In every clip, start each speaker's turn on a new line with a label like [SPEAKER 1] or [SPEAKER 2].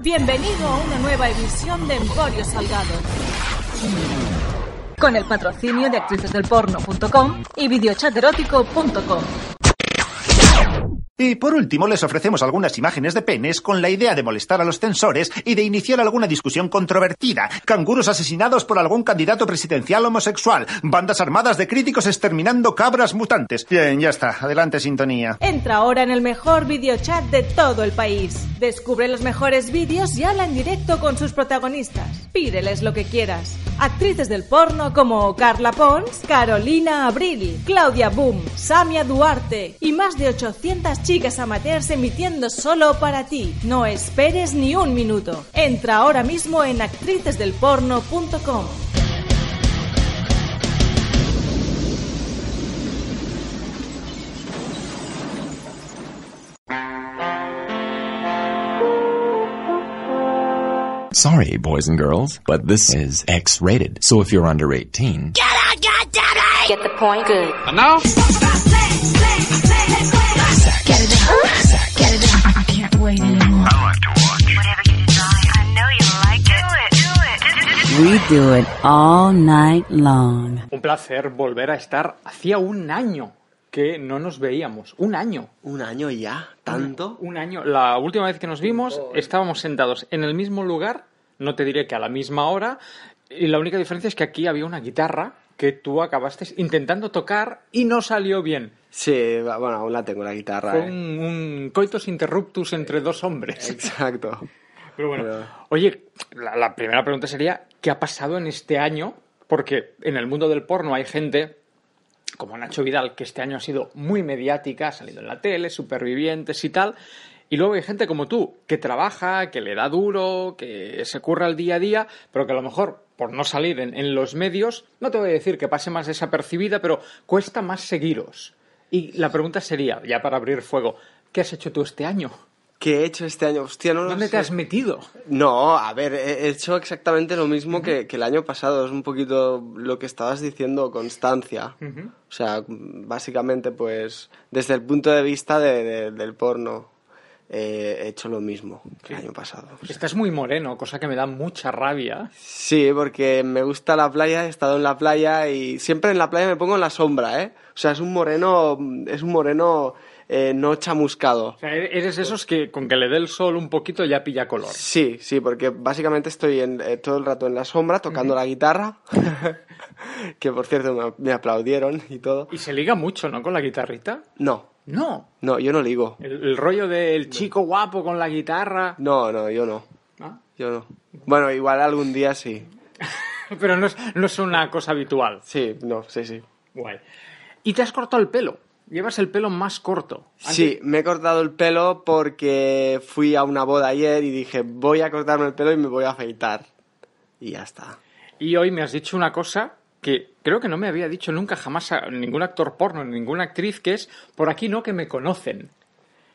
[SPEAKER 1] Bienvenido a una nueva edición de Emporio Salgado. Con el patrocinio de actricesdelporno.com y videochaterótico.com.
[SPEAKER 2] Y por último, les ofrecemos algunas imágenes de penes con la idea de molestar a los censores y de iniciar alguna discusión controvertida. Canguros asesinados por algún candidato presidencial homosexual. Bandas armadas de críticos exterminando cabras mutantes. Bien, ya está. Adelante, sintonía.
[SPEAKER 1] Entra ahora en el mejor videochat de todo el país. Descubre los mejores vídeos y habla en directo con sus protagonistas. Pídeles lo que quieras. Actrices del porno como Carla Pons, Carolina Abril, Claudia Boom, Samia Duarte y más de 800 chicas amateurs emitiendo solo para ti. No esperes ni un minuto. Entra ahora mismo en actricesdelporno.com.
[SPEAKER 3] Sorry, boys and girls, but this is X rated. So if you're under 18,
[SPEAKER 4] Get out, goddamn it!
[SPEAKER 5] Get the point good.
[SPEAKER 6] And now,
[SPEAKER 4] Get it out. Get it out. I can't wait anymore.
[SPEAKER 7] Whatever you desire, I know you like it. Do it, do it.
[SPEAKER 8] We do it all night long.
[SPEAKER 9] Un placer volver a estar. Hacía un año que no nos veíamos. Un año.
[SPEAKER 10] Un año ya, tanto.
[SPEAKER 9] Un año. La última vez que nos vimos estábamos sentados en el mismo lugar, no te diré que a la misma hora, y la única diferencia es que aquí había una guitarra que tú acabaste intentando tocar y no salió bien.
[SPEAKER 10] Sí, va- bueno, aún la tengo la guitarra.
[SPEAKER 9] Fue
[SPEAKER 10] eh.
[SPEAKER 9] un, un coitus interruptus entre dos hombres.
[SPEAKER 10] Exacto.
[SPEAKER 9] Pero bueno, oye, la, la primera pregunta sería, ¿qué ha pasado en este año? Porque en el mundo del porno hay gente como Nacho Vidal, que este año ha sido muy mediática, ha salido en la tele, supervivientes y tal. Y luego hay gente como tú, que trabaja, que le da duro, que se curra el día a día, pero que a lo mejor por no salir en, en los medios, no te voy a decir que pase más desapercibida, pero cuesta más seguiros. Y la pregunta sería, ya para abrir fuego, ¿qué has hecho tú este año?
[SPEAKER 10] ¿Qué he hecho este año? Hostia, no lo
[SPEAKER 9] ¿Dónde
[SPEAKER 10] sé.
[SPEAKER 9] te has metido?
[SPEAKER 10] No, a ver, he he hecho exactamente lo mismo que, que el año pasado. Es un poquito lo que estabas diciendo, constancia. O sea, básicamente, pues, desde el punto de vista de- de- del porno, eh, he hecho lo mismo que el año pasado.
[SPEAKER 9] Estás muy moreno, cosa que me da mucha rabia.
[SPEAKER 10] Sí, porque me gusta la playa, he estado en la playa y siempre en la playa me pongo en la sombra, ¿eh? O sea, es un moreno, es un moreno eh, no chamuscado.
[SPEAKER 9] O sea, e- eres de esos que con que le dé el sol un poquito ya pilla color.
[SPEAKER 10] Sí, sí, porque básicamente estoy en, eh, todo el rato en la sombra tocando la guitarra, que por cierto me, me aplaudieron y todo.
[SPEAKER 9] Y se liga mucho, ¿no? Con la guitarrita.
[SPEAKER 10] No,
[SPEAKER 9] No.
[SPEAKER 10] no, yo no ligo.
[SPEAKER 9] El, el rollo del chico guapo con la guitarra.
[SPEAKER 10] No, no, yo no,
[SPEAKER 9] ¿no?
[SPEAKER 10] yo no. Bueno, igual algún día sí.
[SPEAKER 9] Pero no es, no es una cosa habitual.
[SPEAKER 10] Sí, no, sí, sí.
[SPEAKER 9] Guay. Y te has cortado el pelo. Llevas el pelo más corto. Antes-
[SPEAKER 10] Sí, me he cortado el pelo porque fui a una boda ayer y dije, voy a cortarme el pelo y me voy a afeitar. Y ya está.
[SPEAKER 9] Y hoy me has dicho una cosa que creo que no me había dicho nunca jamás a ningún actor porno, ninguna actriz, que es por aquí no que me conocen.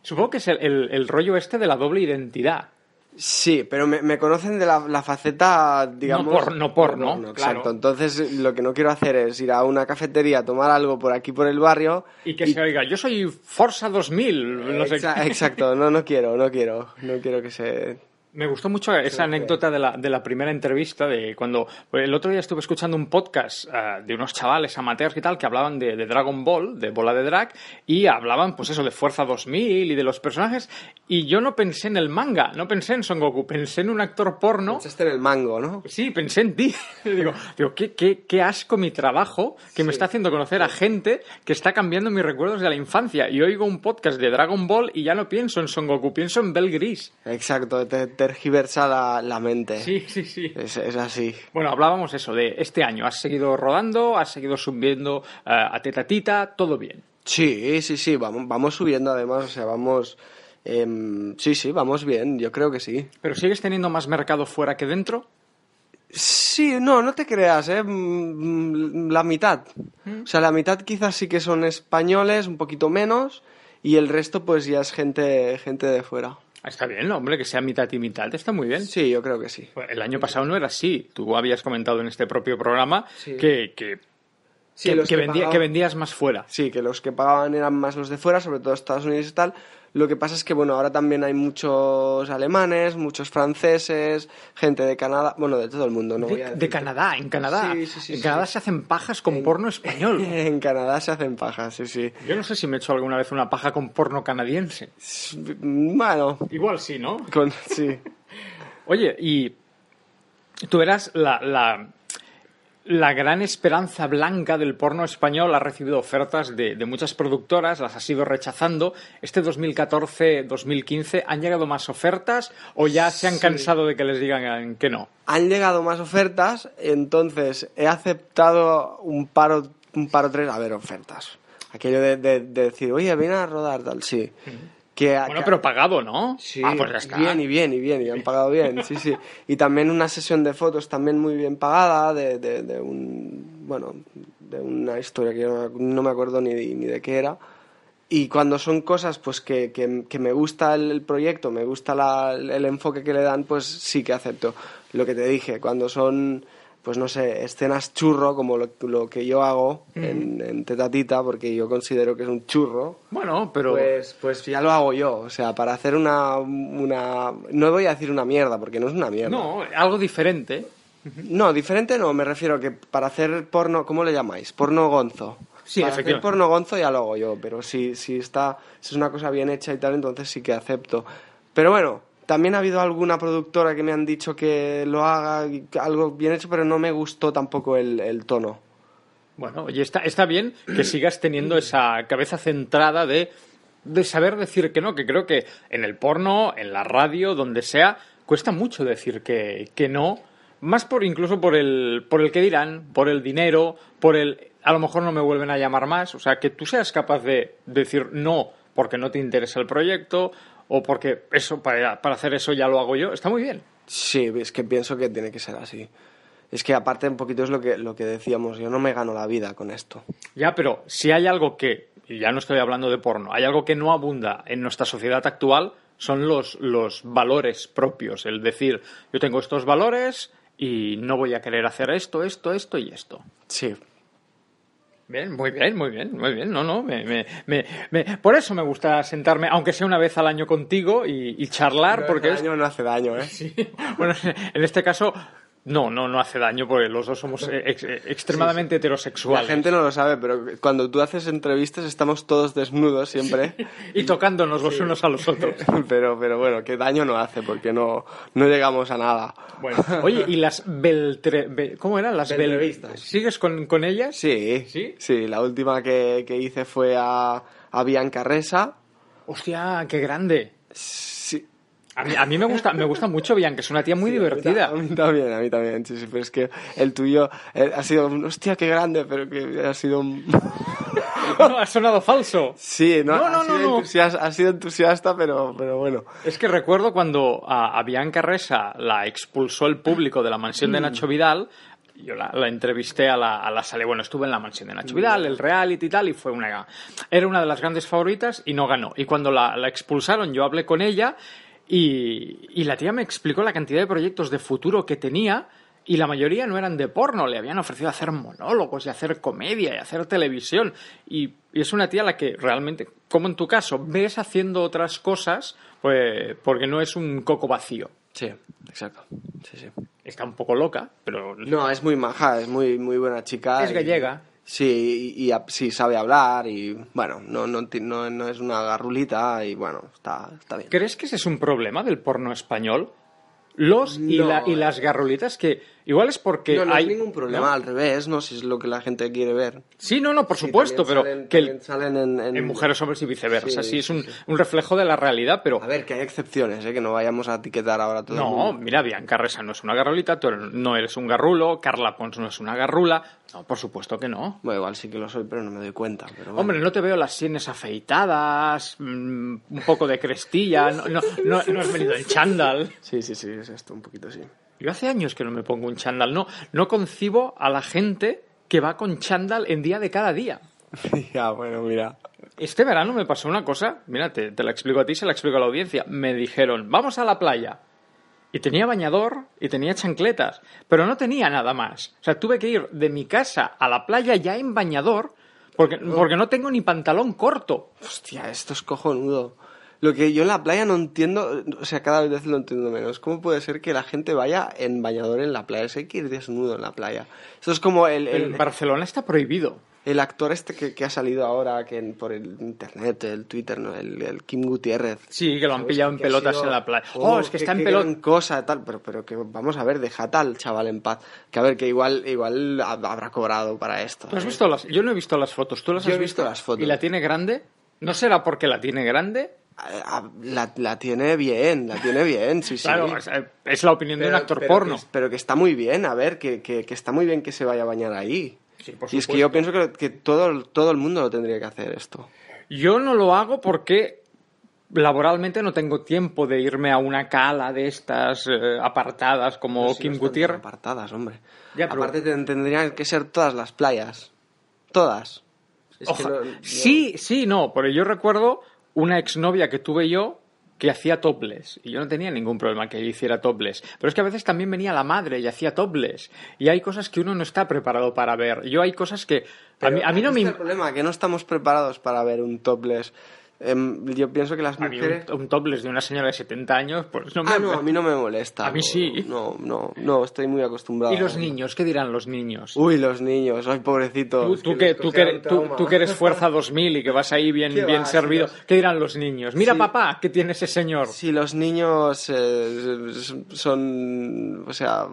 [SPEAKER 9] Supongo que es el, el- el rollo este de la doble identidad.
[SPEAKER 10] Sí, pero me, me conocen de la, la faceta, digamos...
[SPEAKER 9] por- no porno, claro.
[SPEAKER 10] Exacto, entonces lo que no quiero hacer es ir a una cafetería a tomar algo por aquí, por el barrio...
[SPEAKER 9] Y que se oiga, yo soy Forza 2000, no sé
[SPEAKER 10] Exa-
[SPEAKER 9] qué.
[SPEAKER 10] Exacto, no, no quiero, no quiero, no quiero que se...
[SPEAKER 9] Me gustó mucho esa anécdota de la, de la primera entrevista, de cuando pues, el otro día estuve escuchando un podcast ah, de unos chavales amateurs y tal que hablaban de, de Dragon Ball, de bola de drag, y hablaban, pues eso, de Fuerza 2000 y de los personajes, y yo no pensé en el manga, no pensé en Son Goku, pensé en un actor porno.
[SPEAKER 10] Pensaste en el mango, ¿no?
[SPEAKER 9] Sí, pensé en ti. digo, digo qué, qué, qué asco mi trabajo que me está haciendo conocer a gente que está cambiando mis recuerdos de la infancia. Y oigo un podcast de Dragon Ball y ya no pienso en Son Goku, pienso en Bel Gris.
[SPEAKER 10] Exacto, te, tergiversa la, la mente.
[SPEAKER 9] Sí, sí, sí.
[SPEAKER 10] Es, es así.
[SPEAKER 9] Bueno, hablábamos eso, de este año. Has seguido rodando, has seguido subiendo eh, a tetatita, todo bien.
[SPEAKER 10] Sí, sí, sí, vamos, vamos subiendo además, o sea, vamos... em, sí, sí, vamos bien, yo creo que sí.
[SPEAKER 9] ¿Pero sigues teniendo más mercado fuera que dentro?
[SPEAKER 10] Sí, no, no te creas, ¿eh? Mm, La mitad. O sea, la mitad quizás sí que son españoles, un poquito menos, y el resto pues ya es gente, gente de fuera.
[SPEAKER 9] Está bien, hombre, que sea mitad y mitad, está muy bien.
[SPEAKER 10] Sí, yo creo que sí.
[SPEAKER 9] Pues El año pasado no era así. Tú habías comentado en este propio programa que, que,
[SPEAKER 10] Sí,
[SPEAKER 9] que-
[SPEAKER 10] los
[SPEAKER 9] que
[SPEAKER 10] que
[SPEAKER 9] vendía-
[SPEAKER 10] pagaban-
[SPEAKER 9] que vendías más fuera.
[SPEAKER 10] Sí, que los que pagaban eran más los de fuera, sobre todo Estados Unidos y tal. Lo que pasa es que, bueno, ahora también hay muchos alemanes, muchos franceses, gente de Canadá, bueno, de todo el mundo, no voy
[SPEAKER 9] De,
[SPEAKER 10] a
[SPEAKER 9] de
[SPEAKER 10] decir-
[SPEAKER 9] Canadá, en Canadá.
[SPEAKER 10] Sí, sí, sí,
[SPEAKER 9] en
[SPEAKER 10] sí.
[SPEAKER 9] Canadá se hacen pajas con porno español.
[SPEAKER 10] En Canadá se hacen pajas, sí, sí.
[SPEAKER 9] Yo no sé si me he hecho alguna vez una paja con porno canadiense.
[SPEAKER 10] Bueno,
[SPEAKER 9] Igual sí, ¿no?
[SPEAKER 10] con- sí.
[SPEAKER 9] Oye, y tú eras la, la, la gran esperanza blanca del porno español. Has recibido ofertas de, de muchas productoras, las has ido rechazando. Este 2014-2015, ¿han llegado más ofertas o ya se han cansado de que les digan que no?
[SPEAKER 10] Han llegado más ofertas, entonces he aceptado un paro, un paro tres, a ver, ofertas. Aquello de, de- de decir, oye, ven a rodar, tal, sí. Que,
[SPEAKER 9] Bueno,
[SPEAKER 10] que-
[SPEAKER 9] pero pagado, ¿no?
[SPEAKER 10] Sí,
[SPEAKER 9] ah, pues ya está.
[SPEAKER 10] bien y bien y bien, y han pagado bien, sí, sí. Y también una sesión de fotos también muy bien pagada, de, de, de un, bueno, de una historia que yo no- no me acuerdo ni de, ni de qué era. Y cuando son cosas pues que, que, que me gusta el, el proyecto, me gusta la- el enfoque que le dan, pues sí que acepto. Lo que te dije, cuando son, pues no sé, escenas churro, como lo, lo que yo hago
[SPEAKER 9] Mm.
[SPEAKER 10] en, en Tetatita, porque yo considero que es un churro,
[SPEAKER 9] Bueno, pero...
[SPEAKER 10] pues, pues ya lo hago yo. O sea, para hacer una, una. No voy a decir una mierda, porque no es una mierda.
[SPEAKER 9] No, algo diferente.
[SPEAKER 10] No, diferente no. Me refiero que para hacer porno. ¿Cómo le llamáis? Porno gonzo.
[SPEAKER 9] Sí,
[SPEAKER 10] para hacer
[SPEAKER 9] efectivamente.
[SPEAKER 10] porno gonzo ya lo hago yo. Pero si, si, está, si es una cosa bien hecha y tal, entonces sí que acepto. Pero bueno. También ha habido alguna productora que me han dicho que lo haga, y que algo bien hecho, pero no me gustó tampoco el, el tono.
[SPEAKER 9] Bueno, oye, está, está bien que sigas teniendo esa cabeza centrada de, de saber decir que no, que creo que en el porno, en la radio, donde sea, cuesta mucho decir que, que no, más por incluso por el, por el que dirán, por el dinero, por el a lo mejor no me vuelven a llamar más, o sea, que tú seas capaz de decir no porque no te interesa el proyecto o porque eso para, para hacer eso ya lo hago yo, está muy bien.
[SPEAKER 10] Sí, es que pienso que tiene que ser así. Es que aparte un poquito es lo que, lo que decíamos, yo no me gano la vida con esto.
[SPEAKER 9] Ya, pero si hay algo que, y ya no estoy hablando de porno, hay algo que no abunda en nuestra sociedad actual, son los, los valores propios. El decir, yo tengo estos valores y no voy a querer hacer esto, esto, esto y esto.
[SPEAKER 10] Sí.
[SPEAKER 9] Bien, muy bien, muy bien, muy bien. No, no, me, me- me- me- por eso me gusta sentarme, aunque sea una vez al año contigo y, y charlar, porque es-
[SPEAKER 10] daño no hace daño, ¿eh?
[SPEAKER 9] bueno, en este caso, no, no, no hace daño, porque los dos somos eh, ex- eh, extremadamente
[SPEAKER 10] La
[SPEAKER 9] heterosexuales.
[SPEAKER 10] gente no lo sabe, pero cuando tú haces entrevistas estamos todos desnudos siempre.
[SPEAKER 9] Y tocándonos los unos a los otros.
[SPEAKER 10] Pero, pero bueno, qué daño no hace porque no, no llegamos a nada.
[SPEAKER 9] Bueno, oye, ¿y las Beltre... Be- ¿Cómo eran las Bel-
[SPEAKER 10] Beltrevistas.
[SPEAKER 9] ¿Sigues con, con ellas?
[SPEAKER 10] Sí,
[SPEAKER 9] ¿Sí?
[SPEAKER 10] la última que, que hice fue a, a Bianca Resa.
[SPEAKER 9] Hostia, qué grande.
[SPEAKER 10] Sí,
[SPEAKER 9] A mí, a mí me gusta me gusta mucho Bianca, es una tía muy divertida.
[SPEAKER 10] A mí también, a mí también, sí, sí, pero es que el tuyo eh, ha sido un hostia, qué grande, pero que ha sido un...
[SPEAKER 9] No, ha sonado falso.
[SPEAKER 10] Sí, ¿no?
[SPEAKER 9] No, no,
[SPEAKER 10] ha, sido
[SPEAKER 9] no, no.
[SPEAKER 10] entusias- ha sido entusiasta, pero, pero bueno.
[SPEAKER 9] Es que recuerdo cuando a, a Bianca Resa la expulsó el público de la mansión de Nacho Vidal. Yo la, la entrevisté a la, a la sale. Bueno, estuve en la mansión de Nacho Vidal, el reality y tal, y fue una. Era una de las grandes favoritas y no ganó. Y cuando la, la expulsaron, yo hablé con ella y, y la tía me explicó la cantidad de proyectos de futuro que tenía. Y la mayoría no eran de porno, le habían ofrecido hacer monólogos y hacer comedia y hacer televisión. Y, y es una tía a la que realmente, como en tu caso, ves haciendo otras cosas pues, porque no es un coco vacío.
[SPEAKER 10] Sí, exacto. Sí, sí.
[SPEAKER 9] Está un poco loca, pero...
[SPEAKER 10] No, es muy maja, es muy, muy buena chica.
[SPEAKER 9] Es
[SPEAKER 10] y-
[SPEAKER 9] gallega.
[SPEAKER 10] Sí, y, y a- sí sabe hablar y bueno, no, no, ti- no, no es una garrulita y bueno, está, está bien.
[SPEAKER 9] ¿Crees que ese es un problema del porno español? Los y,
[SPEAKER 10] No. eh.
[SPEAKER 9] la- y las garrulitas que Igual es porque
[SPEAKER 10] no, no
[SPEAKER 9] hay
[SPEAKER 10] es ningún problema,
[SPEAKER 9] ¿no?
[SPEAKER 10] al revés, ¿no? Si es lo que la gente quiere ver.
[SPEAKER 9] Sí, no, no, por
[SPEAKER 10] Sí,
[SPEAKER 9] supuesto,
[SPEAKER 10] también
[SPEAKER 9] pero
[SPEAKER 10] salen-
[SPEAKER 9] que el-
[SPEAKER 10] también salen en, en-
[SPEAKER 9] en mujeres, hombres y viceversa. Sí,
[SPEAKER 10] Sí,
[SPEAKER 9] es un,
[SPEAKER 10] sí, Ah. sí.
[SPEAKER 9] un reflejo de la realidad, pero
[SPEAKER 10] A ver, que hay excepciones, ¿eh? Que no vayamos a etiquetar ahora a todo el
[SPEAKER 9] no,
[SPEAKER 10] mundo.
[SPEAKER 9] mira, Bianca Resa no es una garrulita, tú no eres un garrulo, Carla Pons no es una garrula. No, por supuesto que no.
[SPEAKER 10] Bueno, igual sí que lo soy, pero no me doy cuenta. pero bueno.
[SPEAKER 9] Hombre, no te veo las sienes afeitadas, mm, un poco de crestilla, no, no, no, no has venido en chándal.
[SPEAKER 10] Sí, sí, sí, es esto, un poquito sí.
[SPEAKER 9] Yo hace años que no me pongo un chándal, no, no concibo a la gente que va con chándal en día de cada día.
[SPEAKER 10] ya, bueno, mira.
[SPEAKER 9] Este verano me pasó una cosa, mira, te, te la explico a ti, se la explico a la audiencia. Me dijeron, vamos a la playa. Y tenía bañador y tenía chancletas, pero no tenía nada más. O sea, tuve que ir de mi casa a la playa ya en bañador, porque,
[SPEAKER 10] Oh.
[SPEAKER 9] porque no tengo ni pantalón corto.
[SPEAKER 10] Hostia, esto es cojonudo. Lo que yo en la playa no entiendo, o sea, cada vez lo entiendo menos. ¿Cómo puede ser que la gente vaya en bañador en la playa? Si hay que ir desnudo en la playa. Esto es como el, el-
[SPEAKER 9] En Barcelona está prohibido.
[SPEAKER 10] el actor este que, que ha salido ahora que en- por el internet, el Twitter, ¿no? el, el Kim Gutiérrez.
[SPEAKER 9] Sí, que lo han pillado en
[SPEAKER 10] Que ha
[SPEAKER 9] pelotas
[SPEAKER 10] sido-
[SPEAKER 9] en la playa.
[SPEAKER 10] Oh,
[SPEAKER 9] Oh, es que
[SPEAKER 10] qué-
[SPEAKER 9] está en
[SPEAKER 10] qué
[SPEAKER 9] pelotas.
[SPEAKER 10] gran cosa tal, pero, pero que vamos a ver, deja tal chaval en paz. Que a ver, que igual, igual hab- habrá cobrado para esto.
[SPEAKER 9] ¿Tú has
[SPEAKER 10] ¿eh?
[SPEAKER 9] visto las... Yo no he visto las fotos. ¿Tú las
[SPEAKER 10] Yo
[SPEAKER 9] has
[SPEAKER 10] he visto las fotos.
[SPEAKER 9] ¿Y la tiene grande? ¿No será porque la tiene grande?
[SPEAKER 10] A- a- La, la tiene bien, la tiene bien, sí, sí.
[SPEAKER 9] Claro, es, es la opinión de un actor
[SPEAKER 10] pero
[SPEAKER 9] porno.
[SPEAKER 10] que- pero que está muy bien, a ver, que, que- que está muy bien que se vaya a bañar ahí.
[SPEAKER 9] Sí, por
[SPEAKER 10] y es que
[SPEAKER 9] supuesto.
[SPEAKER 10] yo pienso que, que todo, todo el mundo lo tendría que hacer esto.
[SPEAKER 9] Yo no lo hago porque laboralmente no tengo tiempo de irme a una cala de estas eh, apartadas como
[SPEAKER 10] Pero si
[SPEAKER 9] Kim
[SPEAKER 10] no están
[SPEAKER 9] Gutiérrez.
[SPEAKER 10] Apartadas, hombre.
[SPEAKER 9] Ya, pero-
[SPEAKER 10] Aparte ten- tendrían que ser todas las playas. Todas. Es que
[SPEAKER 9] Oja-
[SPEAKER 10] no- no-
[SPEAKER 9] Sí, sí, no, pero yo recuerdo una exnovia que tuve yo que hacía topless y yo no tenía ningún problema que ella hiciera topless, pero es que a veces también venía la madre y hacía topless y hay cosas que uno no está preparado para ver. Yo hay cosas que a mí, a mí no me
[SPEAKER 10] Este
[SPEAKER 9] im-
[SPEAKER 10] es el problema, que no estamos preparados para ver un topless. Em, yo pienso que las
[SPEAKER 9] a mí un,
[SPEAKER 10] mujeres...
[SPEAKER 9] un topless de una señora de 70 años, pues no me
[SPEAKER 10] Ah, no, a mí no me molesta.
[SPEAKER 9] A mí
[SPEAKER 10] no,
[SPEAKER 9] sí.
[SPEAKER 10] No, no, no, estoy muy acostumbrado.
[SPEAKER 9] Y los
[SPEAKER 10] a-
[SPEAKER 9] niños, ¿qué dirán los niños?
[SPEAKER 10] Uy, los niños, ay, pobrecitos.
[SPEAKER 9] Tú, tú que,
[SPEAKER 10] les
[SPEAKER 9] tú, que,
[SPEAKER 10] cogieron
[SPEAKER 9] tú-
[SPEAKER 10] trauma.
[SPEAKER 9] tú que eres fuerza 2000 y que vas ahí bien,
[SPEAKER 10] ¿Qué
[SPEAKER 9] bien
[SPEAKER 10] va,
[SPEAKER 9] servido,
[SPEAKER 10] sí, los-
[SPEAKER 9] ¿qué dirán los niños? Mira,
[SPEAKER 10] Sí.
[SPEAKER 9] papá, ¿qué tiene ese señor?
[SPEAKER 10] Si los niños eh, son, o sea,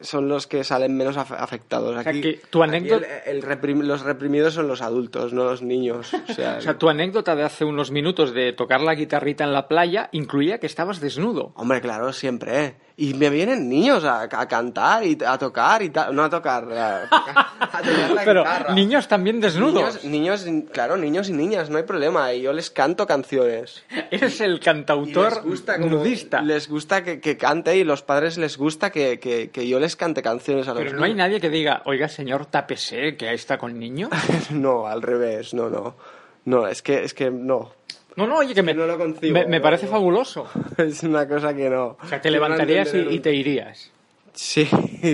[SPEAKER 10] son los que salen menos af- afectados.
[SPEAKER 9] sea,
[SPEAKER 10] Aquí,
[SPEAKER 9] que tu anécdota-
[SPEAKER 10] aquí el- el reprim- los reprimidos son los adultos, no los niños. O sea,
[SPEAKER 9] O sea, tu anécdota de hace unos minutos de tocar la guitarrita en la playa incluía que estabas desnudo.
[SPEAKER 10] Hombre, claro, siempre. ¿eh? Y me vienen niños a, a cantar y a tocar y tal. No a tocar, a, a tocar la
[SPEAKER 9] Pero
[SPEAKER 10] guitarra.
[SPEAKER 9] niños también desnudos.
[SPEAKER 10] Niños, niños, claro, niños y niñas, no hay problema. Y yo les canto canciones.
[SPEAKER 9] Eres el
[SPEAKER 10] Y
[SPEAKER 9] cantautor
[SPEAKER 10] les gusta como-
[SPEAKER 9] nudista.
[SPEAKER 10] Les gusta que, que cante y los padres les gusta que, que- que yo les cante canciones a los
[SPEAKER 9] Pero no hay
[SPEAKER 10] niños.
[SPEAKER 9] nadie que diga, oiga, señor, tápese, que ahí está con niños.
[SPEAKER 10] No, al revés, no, no. No, es que, es que no.
[SPEAKER 9] No, no, oye, que me,
[SPEAKER 10] no lo concibo,
[SPEAKER 9] me, me
[SPEAKER 10] no,
[SPEAKER 9] parece
[SPEAKER 10] no.
[SPEAKER 9] fabuloso.
[SPEAKER 10] Es una cosa que no.
[SPEAKER 9] O sea, te levantarías y, y te irías.
[SPEAKER 10] Sí,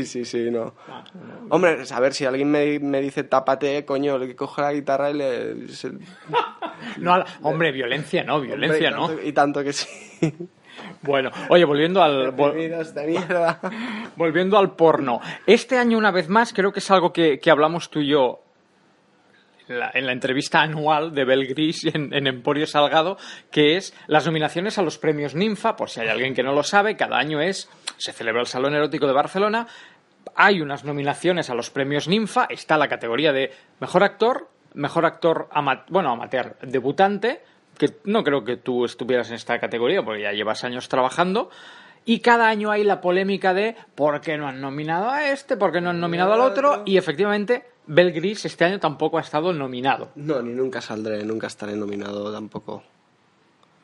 [SPEAKER 10] sí, sí, no. Hombre, a ver, si alguien me, me dice tápate, coño, le cojo la guitarra y le... se-
[SPEAKER 9] No, a la- hombre, violencia no, violencia
[SPEAKER 10] Hombre, y
[SPEAKER 9] no.
[SPEAKER 10] tanto- Y tanto que sí.
[SPEAKER 9] Bueno, oye, volviendo al, vol-
[SPEAKER 10] Bienvenidos de mierda.
[SPEAKER 9] volviendo al porno. Este año, una vez más, creo que es algo que, que hablamos tú y yo en la, en la entrevista anual de Bel Gris en, en Emporio Salgado, que es las nominaciones a los premios Ninfa, por si hay alguien que no lo sabe, cada año es, se celebra el Salón Erótico de Barcelona, hay unas nominaciones a los premios Ninfa, está la categoría de mejor actor, mejor actor ama- bueno, amateur, debutante, que no creo que tú estuvieras en esta categoría porque ya llevas años trabajando. Y cada año hay la polémica de por qué no han nominado a este, por qué no han nominado al otro. Y efectivamente, Bel Gris este año tampoco ha estado nominado.
[SPEAKER 10] No, ni nunca saldré, nunca estaré nominado tampoco.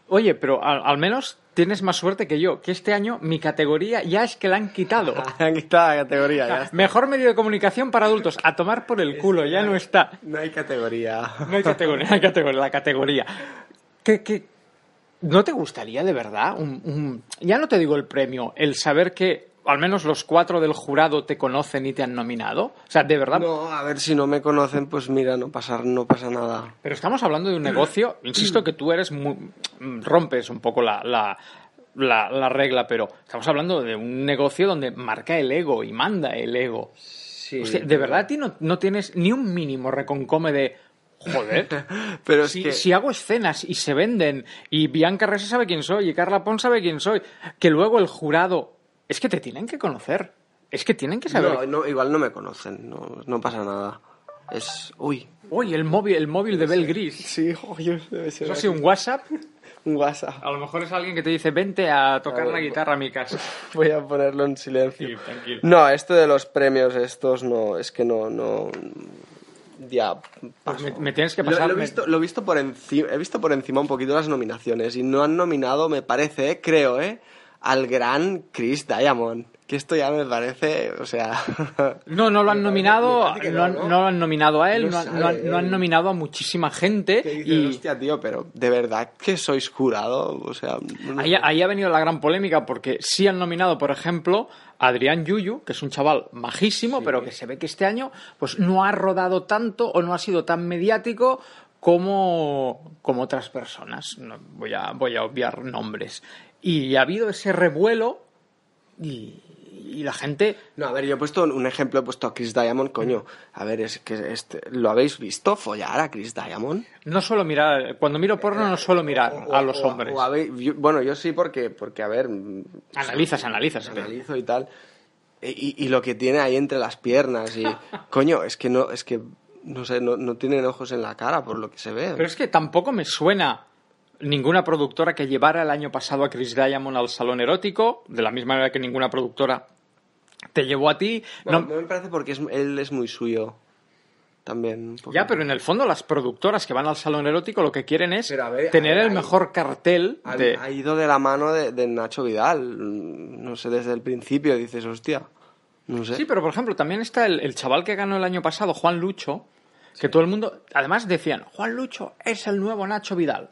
[SPEAKER 9] Oye, pero al, al menos tienes más suerte que yo, que este año mi categoría ya es que la han quitado.
[SPEAKER 10] Han quitado la categoría, ya está.
[SPEAKER 9] Mejor medio de comunicación para adultos, a tomar por el culo, ya no está.
[SPEAKER 10] No hay categoría.
[SPEAKER 9] No hay categoría, no hay categoría, la categoría. ¿Qué, qué? ¿No te gustaría de verdad? un- un- ya no te digo el premio, el saber que al menos los cuatro del jurado te conocen y te han nominado. O sea, de verdad.
[SPEAKER 10] No, a ver si no me conocen, pues mira, no pasar, no pasa nada.
[SPEAKER 9] Pero estamos hablando de un negocio, insisto que tú eres muy- rompes un poco la, la- la- la regla, pero estamos hablando de un negocio donde marca el ego y manda el ego. Hostia, de verdad a ti no, no tienes ni un mínimo reconcome de joder.
[SPEAKER 10] Pero es
[SPEAKER 9] si,
[SPEAKER 10] que
[SPEAKER 9] si hago escenas y se venden y Bianca Resa sabe quién soy y Carla Pons sabe quién soy, que luego el jurado es que te tienen que conocer. Es que tienen que saber.
[SPEAKER 10] No, no, igual no me conocen, no, no pasa nada. Es. Uy.
[SPEAKER 9] Uy, el móvil, el móvil de Bel Gris.
[SPEAKER 10] Sí, oye, debe ser.
[SPEAKER 9] Eso sí, un WhatsApp.
[SPEAKER 10] un WhatsApp.
[SPEAKER 9] A lo mejor es alguien que te dice, vente a tocar
[SPEAKER 10] A ver,
[SPEAKER 9] la guitarra a mi casa.
[SPEAKER 10] Voy a ponerlo en silencio.
[SPEAKER 9] Sí, tranquilo.
[SPEAKER 10] No, esto de los premios, estos no, es que no, no. Ya.
[SPEAKER 9] Pues
[SPEAKER 10] paso.
[SPEAKER 9] me, me tienes que
[SPEAKER 10] Lo-
[SPEAKER 9] pasar.
[SPEAKER 10] Lo, he
[SPEAKER 9] me-
[SPEAKER 10] visto, lo he visto por encima, he visto por encima un poquito las nominaciones y no han nominado, me parece, eh, creo, eh, al gran Chris Diamond. Que esto ya me parece, o sea,
[SPEAKER 9] No, no lo han nominado,
[SPEAKER 10] parece que
[SPEAKER 9] no, han-
[SPEAKER 10] no,
[SPEAKER 9] no
[SPEAKER 10] ¿no?
[SPEAKER 9] lo han nominado a él,
[SPEAKER 10] No
[SPEAKER 9] no, han- no
[SPEAKER 10] sale,
[SPEAKER 9] han, no han
[SPEAKER 10] eh.
[SPEAKER 9] nominado a muchísima gente
[SPEAKER 10] que dices,
[SPEAKER 9] y
[SPEAKER 10] hostia, tío, pero de verdad que sois jurado, o sea, no
[SPEAKER 9] ahí,
[SPEAKER 10] sé.
[SPEAKER 9] ahí ha venido la gran polémica porque sí han nominado, por ejemplo, a Adrián Yuyu, que es un chaval majísimo, pero que se ve que este año pues no ha rodado tanto o no ha sido tan mediático como, como otras personas. No, voy, a, voy a obviar nombres. Y ha habido ese revuelo y, y la gente...
[SPEAKER 10] No, a ver, yo he puesto un ejemplo, he puesto a Chris Diamond, coño. A ver, es que este, ¿lo habéis visto follar a Chris Diamond?
[SPEAKER 9] No suelo mirar, cuando miro porno no suelo mirar
[SPEAKER 10] O-
[SPEAKER 9] a los
[SPEAKER 10] o-
[SPEAKER 9] hombres.
[SPEAKER 10] o habéis- yo- bueno, yo sí porque, porque a ver, mm,
[SPEAKER 9] Analizas, analizas.
[SPEAKER 10] analizo y tal. E, Y, y- y lo que tiene ahí entre las piernas y coño, es que no, es que no sé, no, no tienen ojos en la cara por lo que se ve.
[SPEAKER 9] Pero es que tampoco me suena ninguna productora que llevara el año pasado a Chris Diamond al salón erótico, de la misma manera que ninguna productora te llevó a ti.
[SPEAKER 10] Bueno,
[SPEAKER 9] No-
[SPEAKER 10] no me parece porque es- él es muy suyo también. un poco.
[SPEAKER 9] ya, pero en el fondo las productoras que van al salón erótico lo que quieren es
[SPEAKER 10] Pero a ver,
[SPEAKER 9] tener
[SPEAKER 10] a ver,
[SPEAKER 9] el
[SPEAKER 10] ahí-
[SPEAKER 9] mejor cartel
[SPEAKER 10] ha,
[SPEAKER 9] de...
[SPEAKER 10] ha ido de la mano de, de Nacho Vidal. mm, No sé, desde el principio dices, hostia, no sé.
[SPEAKER 9] Sí, pero por ejemplo, también está el, el chaval que ganó el año pasado, Juan Lucho, que todo el mundo, además decían, Juan Lucho es el nuevo Nacho Vidal.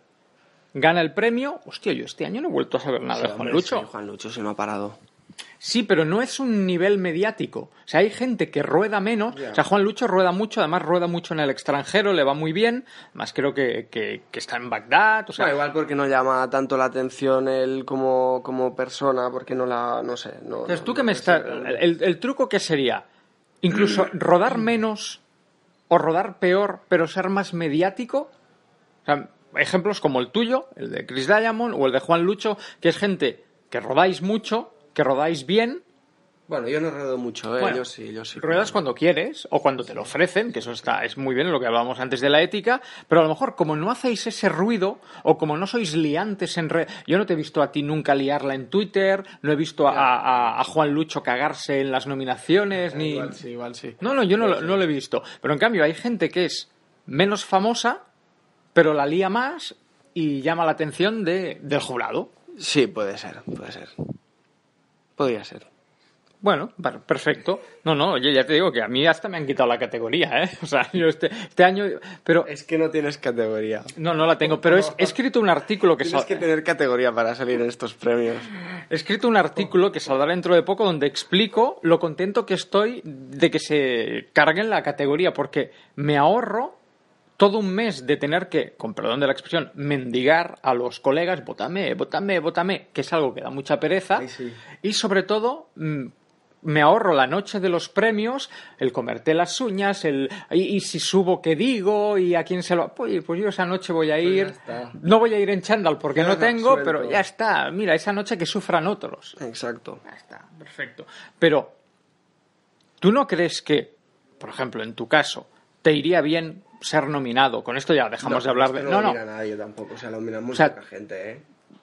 [SPEAKER 9] Gana el premio, hostia, yo este año no he vuelto a saber nada
[SPEAKER 10] Sí,
[SPEAKER 9] de Juan
[SPEAKER 10] hombre,
[SPEAKER 9] Lucho.
[SPEAKER 10] sí, Juan Lucho se no ha parado.
[SPEAKER 9] Sí, pero no es un nivel mediático. O sea, hay gente que rueda menos. O sea, Juan Lucho rueda mucho, además rueda mucho en el extranjero, le va muy bien. Más creo que, que- que está en Bagdad. O sea,
[SPEAKER 10] Bueno, igual porque no llama tanto la atención él como, como persona, porque no la, no sé. No,
[SPEAKER 9] Entonces,
[SPEAKER 10] no-
[SPEAKER 9] tú que
[SPEAKER 10] no
[SPEAKER 9] me
[SPEAKER 10] sé
[SPEAKER 9] estás.
[SPEAKER 10] realmente.
[SPEAKER 9] El, el truco que sería incluso rodar menos o rodar peor, pero ser más mediático. O sea, ejemplos como el tuyo, el de Chris Diamond o el de Juan Lucho, que es gente que rodáis mucho, que rodáis bien,
[SPEAKER 10] Bueno, yo no ruedo mucho, ¿eh?
[SPEAKER 9] Bueno,
[SPEAKER 10] yo sí, yo sí.
[SPEAKER 9] Ruedas cuando quieres o cuando te lo ofrecen, que eso está, es muy bien lo que hablábamos antes de la ética, pero a lo mejor como no hacéis ese ruido o como no sois liantes en red. Yo no te he visto a ti nunca liarla en Twitter, no he visto a, a- a Juan Lucho cagarse en las nominaciones, ni.
[SPEAKER 10] Eh, Igual sí, igual sí.
[SPEAKER 9] No, no, yo no, lo- no lo he visto. Pero en cambio hay gente que es menos famosa, pero la lía más y llama la atención de, del jurado.
[SPEAKER 10] Sí, puede ser, puede ser. Podría ser.
[SPEAKER 9] Bueno, per- perfecto. No, no, yo ya te digo que a mí hasta me han quitado la categoría, ¿eh? O sea, yo este, este año... Pero...
[SPEAKER 10] Es que no tienes categoría.
[SPEAKER 9] No, no la tengo, pero es- he escrito un artículo que...
[SPEAKER 10] Tienes
[SPEAKER 9] sal-
[SPEAKER 10] que tener categoría para salir en estos premios.
[SPEAKER 9] He escrito un artículo que saldrá dentro de poco donde explico lo contento que estoy de que se carguen la categoría, porque me ahorro todo un mes de tener que, con perdón de la expresión, mendigar a los colegas, votame, votame, votame, que es algo que da mucha pereza.
[SPEAKER 10] Ay, sí.
[SPEAKER 9] Y sobre todo, mm, me ahorro la noche de los premios, el comerte las uñas, el y, y si subo qué digo y a quién se lo pues, pues yo esa noche voy a ir,
[SPEAKER 10] está.
[SPEAKER 9] no voy a ir en chándal porque
[SPEAKER 10] No,
[SPEAKER 9] no
[SPEAKER 10] no,
[SPEAKER 9] tengo,
[SPEAKER 10] suelto.
[SPEAKER 9] pero ya está, mira, esa noche que sufran otros.
[SPEAKER 10] Exacto.
[SPEAKER 9] Ya está, perfecto. Pero, ¿tú no crees que, por ejemplo, en tu caso, te iría bien ser nominado? Con esto ya dejamos de hablar de... No,
[SPEAKER 10] No,
[SPEAKER 9] no.
[SPEAKER 10] mira nadie tampoco, o sea, lo mira muy
[SPEAKER 9] O sea,
[SPEAKER 10] poca gente, ¿eh?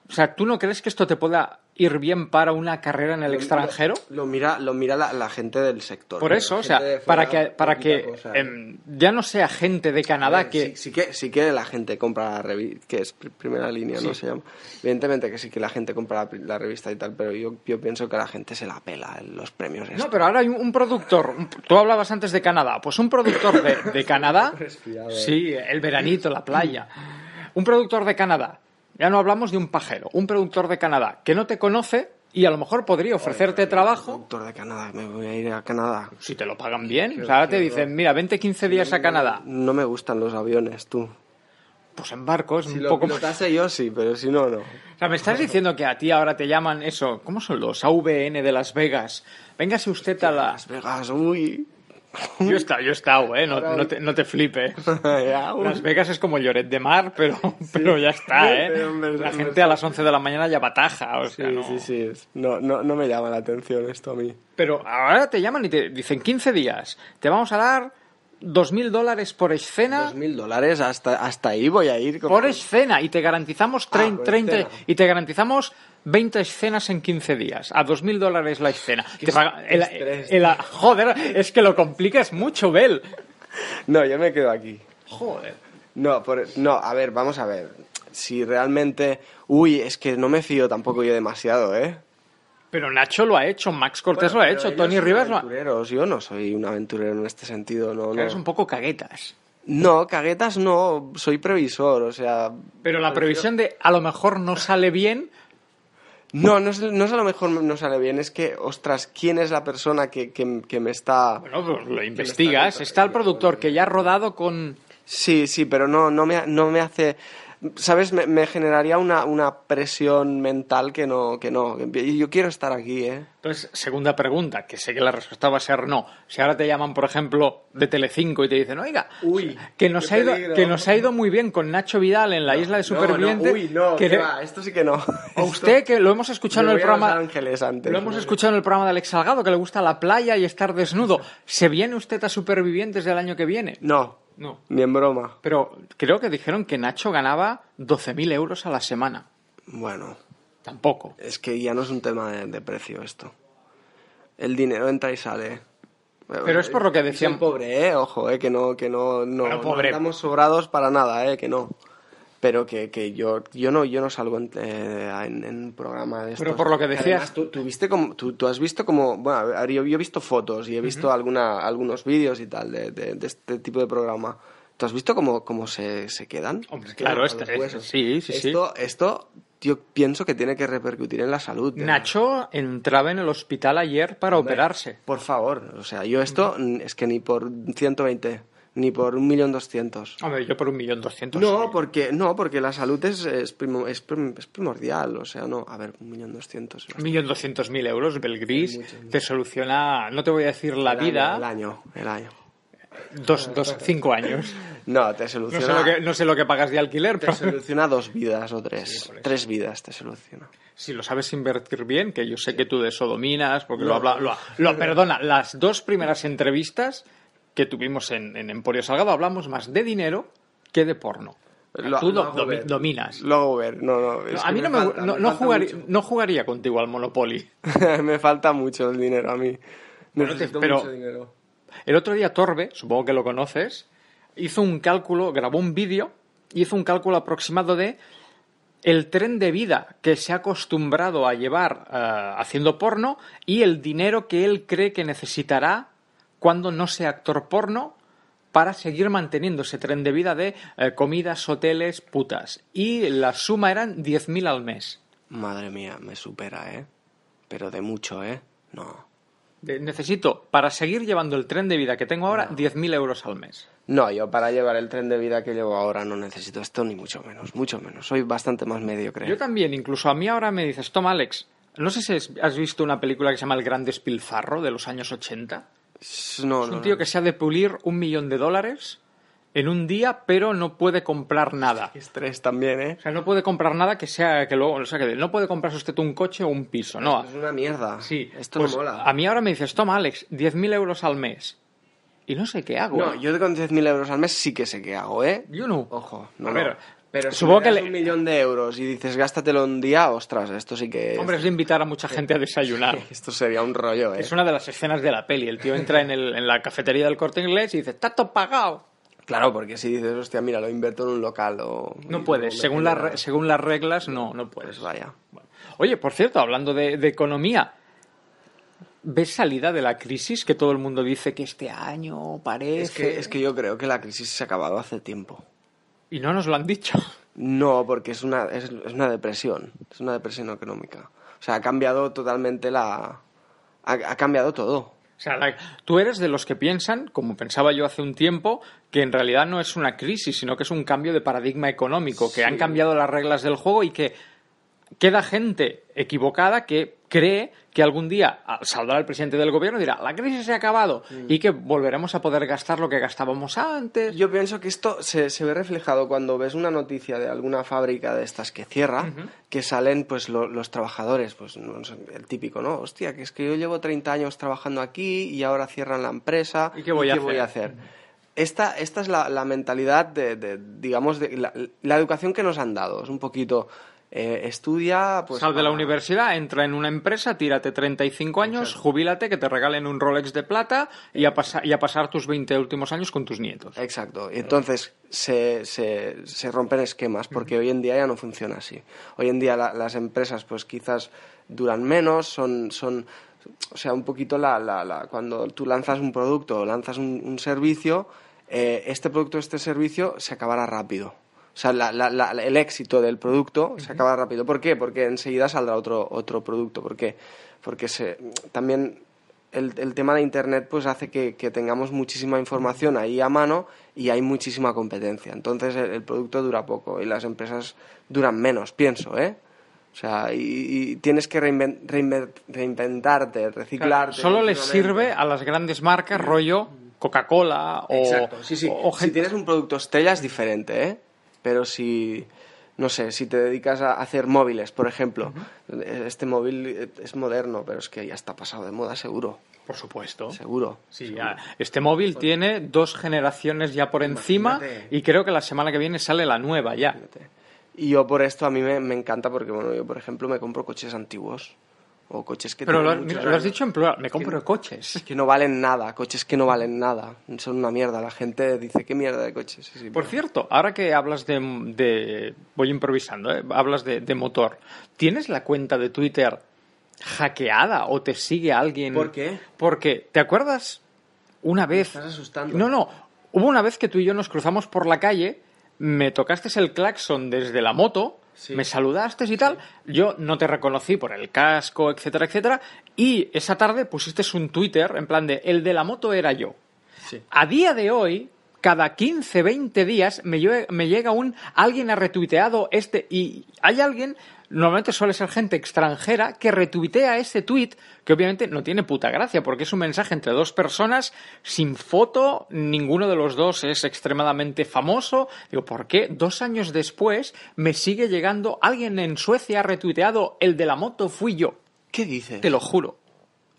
[SPEAKER 9] O sea, ¿tú no crees que esto te pueda ir bien para una carrera en el
[SPEAKER 10] Lo-
[SPEAKER 9] extranjero?
[SPEAKER 10] Lo, lo mira, lo mira la, la gente del sector.
[SPEAKER 9] Por
[SPEAKER 10] la
[SPEAKER 9] eso, o
[SPEAKER 10] gente
[SPEAKER 9] sea,
[SPEAKER 10] de fuera,
[SPEAKER 9] para que, para
[SPEAKER 10] poquita
[SPEAKER 9] que
[SPEAKER 10] cosa, ¿eh?
[SPEAKER 9] em, ya no sea gente de
[SPEAKER 10] A
[SPEAKER 9] Canadá
[SPEAKER 10] ver,
[SPEAKER 9] que...
[SPEAKER 10] sí, sí que sí que la gente compra la revista que es pr- primera línea no
[SPEAKER 9] Sí.
[SPEAKER 10] se llama evidentemente que sí que la gente compra la, pri- la revista y tal pero yo, yo pienso que la gente se la pela en los premios
[SPEAKER 9] No,
[SPEAKER 10] estos.
[SPEAKER 9] pero ahora hay un productor. un- Tú hablabas antes de Canadá. Pues un productor de, de Canadá.
[SPEAKER 10] Respirado.
[SPEAKER 9] Sí, el veranito, la playa. Un productor de Canadá. Ya no hablamos de un pajero. Un productor de Canadá que no te conoce y a lo mejor podría ofrecerte trabajo
[SPEAKER 10] Doctor de Canadá me voy a ir a Canadá
[SPEAKER 9] si te lo pagan bien. O sea, ahora te dicen, mira, vente 15 días a Canadá.
[SPEAKER 10] no me gustan los aviones tú
[SPEAKER 9] Pues en barco es
[SPEAKER 10] si
[SPEAKER 9] un
[SPEAKER 10] lo
[SPEAKER 9] poco más.
[SPEAKER 10] pilotase yo sí pero si no no
[SPEAKER 9] O sea, me estás diciendo que a ti ahora te llaman eso. ¿Cómo son los AVN de Las Vegas? Véngase usted a la.
[SPEAKER 10] Las Vegas uy
[SPEAKER 9] Yo he estado, yo he estado, ¿eh? No, no te, no te flipes.
[SPEAKER 10] Ya, uy.
[SPEAKER 9] Las Vegas es como Lloret de Mar, pero, pero ya está, ¿eh?
[SPEAKER 10] Pero en verdad,
[SPEAKER 9] la
[SPEAKER 10] en
[SPEAKER 9] gente
[SPEAKER 10] verdad.
[SPEAKER 9] a las 11 de la mañana ya bataja, o
[SPEAKER 10] Sí,
[SPEAKER 9] sea, no.
[SPEAKER 10] sí, sí. es- No, no, no me llama la atención esto a mí.
[SPEAKER 9] Pero ahora te llaman y te dicen 15 días, te vamos a dar 2.000 dólares por escena.
[SPEAKER 10] Dos mil dólares, hasta, hasta ahí voy a ir. con-
[SPEAKER 9] Por escena, y te garantizamos trein-
[SPEAKER 10] Ah, por
[SPEAKER 9] 30,
[SPEAKER 10] escena.
[SPEAKER 9] y te garantizamos 20 escenas en 15 días, a 2.000 dólares la escena. Te paga- el-
[SPEAKER 10] estrés,
[SPEAKER 9] el- joder, es que lo complicas mucho, Bel.
[SPEAKER 10] No, yo me quedo aquí.
[SPEAKER 9] Joder.
[SPEAKER 10] No, por- no, a ver, vamos a ver. Si realmente... Uy, es que no me fío tampoco yo demasiado, ¿eh?
[SPEAKER 9] Pero Nacho lo ha hecho, Max Cortés
[SPEAKER 10] Bueno,
[SPEAKER 9] lo ha
[SPEAKER 10] pero
[SPEAKER 9] hecho,
[SPEAKER 10] ellos
[SPEAKER 9] Tony
[SPEAKER 10] son
[SPEAKER 9] Rivers lo ha...
[SPEAKER 10] aventureros. Yo no soy un aventurero en este sentido, no, no.
[SPEAKER 9] Eres un poco caguetas.
[SPEAKER 10] No, caguetas no, soy previsor, o sea...
[SPEAKER 9] Pero
[SPEAKER 10] Pues
[SPEAKER 9] la previsión de a lo mejor no sale bien,
[SPEAKER 10] No, no es, no es a lo mejor no sale bien, es que, ostras, ¿quién es la persona que, que- que me está...?
[SPEAKER 9] bueno, pues lo investigas. Está el productor que ya ha rodado con...
[SPEAKER 10] Sí, sí, pero no, no, me, no me hace... ¿Sabes? Me, me generaría una, una presión mental que no, que no. Y Yo quiero estar aquí, ¿eh?
[SPEAKER 9] Entonces, segunda pregunta, que sé que la respuesta va a ser no. Si ahora te llaman, por ejemplo, de Telecinco y te dicen, oiga,
[SPEAKER 10] Uy,
[SPEAKER 9] que, nos
[SPEAKER 10] qué
[SPEAKER 9] ha ido,
[SPEAKER 10] peligro".
[SPEAKER 9] que nos ha ido muy bien con Nacho Vidal en la isla de supervivientes.
[SPEAKER 10] uy, no,
[SPEAKER 9] que
[SPEAKER 10] qué
[SPEAKER 9] le-
[SPEAKER 10] va, esto sí que no.
[SPEAKER 9] O usted, que lo hemos escuchado
[SPEAKER 10] Me
[SPEAKER 9] en el
[SPEAKER 10] voy a Los
[SPEAKER 9] programa.
[SPEAKER 10] Ángeles antes.
[SPEAKER 9] Lo hemos escuchado en el programa de Alex Salgado, que le gusta la playa y estar desnudo. ¿Se viene usted a Supervivientes del año que viene?
[SPEAKER 10] No,
[SPEAKER 9] No.
[SPEAKER 10] ni en broma.
[SPEAKER 9] Pero creo que dijeron que Nacho ganaba 12.000 euros a la semana.
[SPEAKER 10] Bueno,
[SPEAKER 9] Tampoco.
[SPEAKER 10] es que ya no es un tema de, de precio esto. El dinero entra y sale.
[SPEAKER 9] Pero es por lo que decían-
[SPEAKER 10] Soy pobre, eh, ojo, eh, que no, que no, no,
[SPEAKER 9] Bueno, pobre.
[SPEAKER 10] no andamos sobrados para nada, eh, que no. Pero que, que yo, yo no, yo no salgo en, eh, en- en un programa de
[SPEAKER 9] Pero
[SPEAKER 10] estos.
[SPEAKER 9] por lo que decías-
[SPEAKER 10] Además, tú, tú viste como, tú, tú has visto como, bueno, a ver, yo, yo he visto fotos y he visto alguna, algunos vídeos y tal de, de- de este tipo de programa. ¿Tú has visto cómo, cómo se, se quedan?
[SPEAKER 9] Hombre, claro,
[SPEAKER 10] Con
[SPEAKER 9] este-
[SPEAKER 10] los huesos.
[SPEAKER 9] sí, sí, sí.
[SPEAKER 10] Esto, esto yo pienso que tiene que repercutir en la salud. ¿eh? de la-
[SPEAKER 9] Nacho entraba en el hospital ayer para operarse.
[SPEAKER 10] Por favor, o sea, yo esto mm, es que ni por 120, ni por 1.200.000.
[SPEAKER 9] Hombre, yo por un millón doscientos.
[SPEAKER 10] No, porque, no, porque la salud es, es, primo- es prim- es primordial, o sea, no, a ver, 1.200.000.
[SPEAKER 9] Un millón doscientos mil euros, Belgris, te soluciona, no te voy a decir la
[SPEAKER 10] El
[SPEAKER 9] vida,
[SPEAKER 10] año, El año, el año.
[SPEAKER 9] dos, dos, cinco años.
[SPEAKER 10] No, te
[SPEAKER 9] No
[SPEAKER 10] soluciona,
[SPEAKER 9] sé, lo que, no sé lo que pagas de alquiler,
[SPEAKER 10] te
[SPEAKER 9] pero
[SPEAKER 10] soluciona dos vidas o tres. tres vidas te soluciona.
[SPEAKER 9] si lo sabes invertir bien, que yo sé que tú de eso dominas, porque lo habla, lo, lo- perdona, las dos primeras entrevistas que tuvimos en, en Emporio Salgado hablamos más de dinero que de porno.
[SPEAKER 10] Lo-
[SPEAKER 9] tú
[SPEAKER 10] lo
[SPEAKER 9] do-
[SPEAKER 10] hago
[SPEAKER 9] domi-
[SPEAKER 10] ver.
[SPEAKER 9] dominas.
[SPEAKER 10] Luego ver, no, no. es
[SPEAKER 9] a
[SPEAKER 10] que
[SPEAKER 9] mí no,
[SPEAKER 10] me
[SPEAKER 9] me,
[SPEAKER 10] falta,
[SPEAKER 9] no,
[SPEAKER 10] me
[SPEAKER 9] no
[SPEAKER 10] falta
[SPEAKER 9] jugaría,
[SPEAKER 10] mucho.
[SPEAKER 9] no jugaría contigo al Monopoly.
[SPEAKER 10] me falta mucho el dinero a mí.
[SPEAKER 9] Bueno,
[SPEAKER 10] Necesito
[SPEAKER 9] te- pero-
[SPEAKER 10] mucho dinero.
[SPEAKER 9] El otro día Torbe, supongo que lo conoces, hizo un cálculo, grabó un vídeo y hizo un cálculo aproximado de el tren de vida que se ha acostumbrado a llevar eh, haciendo porno y el dinero que él cree que necesitará cuando no sea actor porno para seguir manteniendo ese tren de vida de eh, comidas, hoteles, putas. Y la suma eran 10.000 al mes.
[SPEAKER 10] Madre mía, me supera, ¿eh? Pero de mucho, ¿eh? No.
[SPEAKER 9] De- necesito, para seguir llevando el tren de vida que tengo ahora, 10.000 euros al mes.
[SPEAKER 10] No, yo para llevar el tren de vida que llevo ahora no necesito esto, ni mucho menos, mucho menos. Soy bastante más mediocre.
[SPEAKER 9] Yo también, incluso a mí ahora me dices, toma Alex, no sé si es- has visto una película que se llama El Gran Despilfarro de los años 80.
[SPEAKER 10] S- No,
[SPEAKER 9] Es
[SPEAKER 10] no,
[SPEAKER 9] un
[SPEAKER 10] no.
[SPEAKER 9] tío que se ha de pulir un millón de dólares en un día, pero no puede comprar nada.
[SPEAKER 10] Estrés también, ¿eh?
[SPEAKER 9] O sea, no puede comprar nada que sea que luego lo saque de- No puede comprarse usted un coche o un piso, no.
[SPEAKER 10] Es una mierda.
[SPEAKER 9] Sí,
[SPEAKER 10] Esto
[SPEAKER 9] pues,
[SPEAKER 10] no mola.
[SPEAKER 9] A mí ahora me dices, toma Alex, 10.000 euros al mes. Y no sé qué hago.
[SPEAKER 10] No, yo con 10.000 euros al mes sí que sé qué hago, ¿eh?
[SPEAKER 9] Yo no.
[SPEAKER 10] Ojo, no,
[SPEAKER 9] A
[SPEAKER 10] no.
[SPEAKER 9] ver,
[SPEAKER 10] Pero si
[SPEAKER 9] supongo
[SPEAKER 10] me das
[SPEAKER 9] que le-
[SPEAKER 10] un millón de euros y dices gástatelo un día, ostras, esto sí que... es-
[SPEAKER 9] Hombre, es de invitar a mucha gente a desayunar.
[SPEAKER 10] Esto sería un rollo, ¿eh?
[SPEAKER 9] Es una de las escenas de la peli. El tío entra en, el- en la cafetería del corte inglés y dice, está todo pagado.
[SPEAKER 10] Claro, porque si dices, hostia, mira, lo invierto en un local o...
[SPEAKER 9] No
[SPEAKER 10] y luego
[SPEAKER 9] puedes.
[SPEAKER 10] me
[SPEAKER 9] Según, las
[SPEAKER 10] genera-
[SPEAKER 9] re- según las reglas, no, no
[SPEAKER 10] Pues
[SPEAKER 9] puedes.
[SPEAKER 10] vaya.
[SPEAKER 9] Oye, por cierto, hablando de, de economía, ¿ves salida de la crisis que todo el mundo dice que este año parece?
[SPEAKER 10] Es que, es que yo creo que la crisis se ha acabado hace tiempo.
[SPEAKER 9] Y no nos lo han dicho.
[SPEAKER 10] No, porque es una, es, es una depresión, es una depresión económica. O sea, ha cambiado totalmente la... Ha, ha cambiado todo.
[SPEAKER 9] O sea, la- tú eres de los que piensan, como pensaba yo hace un tiempo, que en realidad no es una crisis, sino que es un cambio de paradigma económico, que han cambiado las reglas del juego y que queda gente equivocada que cree que algún día ah, saldrá el presidente del gobierno y dirá, la crisis se ha acabado y que volveremos a poder gastar lo que gastábamos antes.
[SPEAKER 10] Mm. Yo pienso que esto se, se ve reflejado cuando ves una noticia de alguna fábrica de estas que cierra, que salen pues lo- los trabajadores, pues no sé, el típico, ¿no? Hostia, que es que yo llevo 30 años trabajando aquí y ahora cierran la empresa.
[SPEAKER 9] ¿Y qué voy a hacer?
[SPEAKER 10] Esta, esta es la, la mentalidad de, de, digamos, de la, la educación que nos han dado. Es un poquito, eh, estudia... Pues,
[SPEAKER 9] Sal de la
[SPEAKER 10] para-
[SPEAKER 9] universidad, entra en una empresa, tírate 35 años, jubílate, que te regalen un Rolex de plata y a, pasa- y a pasar tus 20 últimos años con tus nietos.
[SPEAKER 10] Exacto. Y entonces se, se, se rompen esquemas porque hoy en día ya no funciona así. Hoy en día la- las empresas pues quizás duran menos, son... son o sea, un poquito la, la- la- cuando tú lanzas un producto o lanzas un, un servicio, eh, este producto, este servicio se acabará rápido. O sea, la- la- la- el éxito del producto se acaba rápido. ¿Por qué? Porque enseguida saldrá otro, otro producto. ¿Por qué? Porque se, también el, el tema de Internet pues hace que, que tengamos muchísima información ahí a mano y hay muchísima competencia. Entonces el, el producto dura poco y las empresas duran menos, pienso, ¿eh? O sea, y, y tienes que reinven- reinven- reinventarte, reciclarte.
[SPEAKER 9] Solo les
[SPEAKER 10] continuamente.
[SPEAKER 9] sirve a las grandes marcas, rollo Coca-Cola o,
[SPEAKER 10] Mm. Exacto, sí, sí.
[SPEAKER 9] o- o
[SPEAKER 10] Si
[SPEAKER 9] gente-
[SPEAKER 10] tienes un producto estrella es diferente, ¿eh? Pero si, no sé, si te dedicas a hacer móviles, por ejemplo, este móvil eh, es moderno, pero es que ya está pasado de moda, seguro,
[SPEAKER 9] Por supuesto.
[SPEAKER 10] seguro.
[SPEAKER 9] Sí, ya. Este móvil tiene dos generaciones ya por encima
[SPEAKER 10] Imagínate.
[SPEAKER 9] y creo que la semana que viene sale la nueva ya.
[SPEAKER 10] Y yo por esto a mí me, me encanta porque, bueno, yo por ejemplo me compro coches antiguos o coches que...
[SPEAKER 9] Pero lo,
[SPEAKER 10] tienen
[SPEAKER 9] has-
[SPEAKER 10] muchos
[SPEAKER 9] mira, lo has
[SPEAKER 10] años,
[SPEAKER 9] dicho en plural, me compro coches.
[SPEAKER 10] Que no valen nada, coches que no valen nada, son una mierda, la gente dice qué mierda de coches. Sí, sí,
[SPEAKER 9] Por
[SPEAKER 10] pero-
[SPEAKER 9] cierto, ahora que hablas de... de- voy improvisando, ¿eh? hablas de, de motor. ¿Tienes la cuenta de Twitter hackeada o te sigue alguien?
[SPEAKER 10] ¿Por qué?
[SPEAKER 9] Porque, ¿te acuerdas una vez...
[SPEAKER 10] estás asustando.
[SPEAKER 9] No, no, hubo una vez que tú y yo nos cruzamos por la calle, me tocaste el claxon desde la moto,
[SPEAKER 10] Sí.
[SPEAKER 9] me saludaste y tal, yo no te reconocí por el casco, etcétera, etcétera, y esa tarde pusiste un Twitter en plan de, el de la moto era yo. A día de hoy, cada 15, 20 días me, lle- me llega un alguien ha retuiteado este y hay alguien, normalmente suele ser gente extranjera, que retuitea ese tweet que obviamente no tiene puta gracia porque es un mensaje entre dos personas sin foto, ninguno de los dos es extremadamente famoso. Digo, ¿por qué? Dos años después me sigue llegando alguien en Suecia ha retuiteado el de la moto fui yo.
[SPEAKER 10] ¿Qué dices?
[SPEAKER 9] Te lo juro.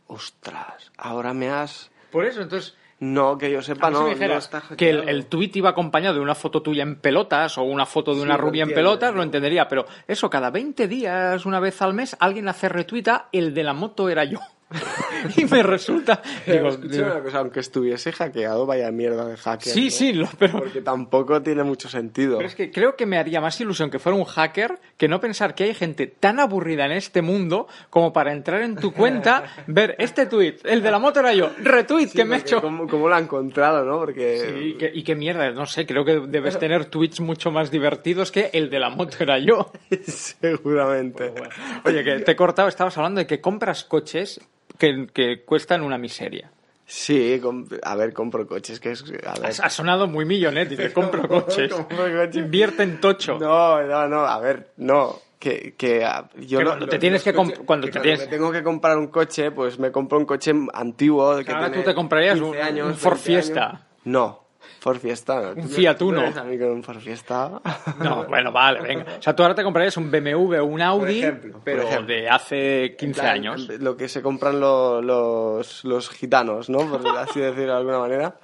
[SPEAKER 10] Ostras, ahora me has...
[SPEAKER 9] Por eso, entonces,
[SPEAKER 10] No, que yo sepa,
[SPEAKER 9] A mí si
[SPEAKER 10] Ah, no,
[SPEAKER 9] me dijeras
[SPEAKER 10] no está
[SPEAKER 9] que el,
[SPEAKER 10] hackeado.
[SPEAKER 9] el tuit iba acompañado de una foto tuya en pelotas o una foto de
[SPEAKER 10] Sí,
[SPEAKER 9] una
[SPEAKER 10] lo
[SPEAKER 9] rubia en
[SPEAKER 10] entiendo.
[SPEAKER 9] pelotas, lo entendería, pero eso, cada 20 días, una vez al mes, alguien hace retuita, el de la moto era yo. y me resulta...
[SPEAKER 10] Pero
[SPEAKER 9] digo,
[SPEAKER 10] escucha
[SPEAKER 9] digo,
[SPEAKER 10] una cosa, aunque estuviese hackeado, vaya mierda de hacker.
[SPEAKER 9] sí,
[SPEAKER 10] ¿no?
[SPEAKER 9] sí, lo- pero...
[SPEAKER 10] Porque tampoco tiene mucho sentido.
[SPEAKER 9] Pero es que creo que me haría más ilusión que fuera un hacker que no pensar que hay gente tan aburrida en este mundo como para entrar en tu cuenta, ver este tuit, el de la moto era yo, retweet
[SPEAKER 10] Sí,
[SPEAKER 9] que me he
[SPEAKER 10] porque
[SPEAKER 9] hecho.
[SPEAKER 10] ¿cómo, cómo lo ha encontrado, no? Porque...
[SPEAKER 9] Sí, que- y qué mierda, no sé, creo que debes tener tweets mucho más divertidos que el de la moto era yo.
[SPEAKER 10] Seguramente.
[SPEAKER 9] Pues Oye, que te he cortado, estabas hablando de que compras coches que, que cuestan una miseria.
[SPEAKER 10] Sí, com- a ver, compro coches, que es... A ver.
[SPEAKER 9] Has- Ha sonado muy millonete, te compro coches.
[SPEAKER 10] Compro coches.
[SPEAKER 9] Invierte en tocho.
[SPEAKER 10] No, no, no, a ver, no. Que, que ah, yo
[SPEAKER 9] Que
[SPEAKER 10] lo-
[SPEAKER 9] cuando
[SPEAKER 10] lo-
[SPEAKER 9] te tienes
[SPEAKER 10] los
[SPEAKER 9] que comp-
[SPEAKER 10] coches-
[SPEAKER 9] cuando
[SPEAKER 10] que
[SPEAKER 9] te tienes-
[SPEAKER 10] me tengo que comprar un coche, pues me compro un coche antiguo. Que
[SPEAKER 9] Ahora
[SPEAKER 10] tiene
[SPEAKER 9] tú te comprarías
[SPEAKER 10] 15
[SPEAKER 9] un-
[SPEAKER 10] años,
[SPEAKER 9] un Ford
[SPEAKER 10] 20 años.
[SPEAKER 9] Fiesta.
[SPEAKER 10] No, Ford Fiesta. no. Tú me-
[SPEAKER 9] Fiat
[SPEAKER 10] tú me
[SPEAKER 9] Uno.
[SPEAKER 10] ves A mí con un Ford Fiesta.
[SPEAKER 9] No, bueno, vale, venga. O sea, tú ahora te comprarías un BMW o un Audi,
[SPEAKER 10] ejemplo, por
[SPEAKER 9] pero
[SPEAKER 10] ejemplo.
[SPEAKER 9] de hace 15
[SPEAKER 10] plan,
[SPEAKER 9] años.
[SPEAKER 10] Lo que se compran lo- los, los gitanos, ¿no? Por así decirlo de alguna manera.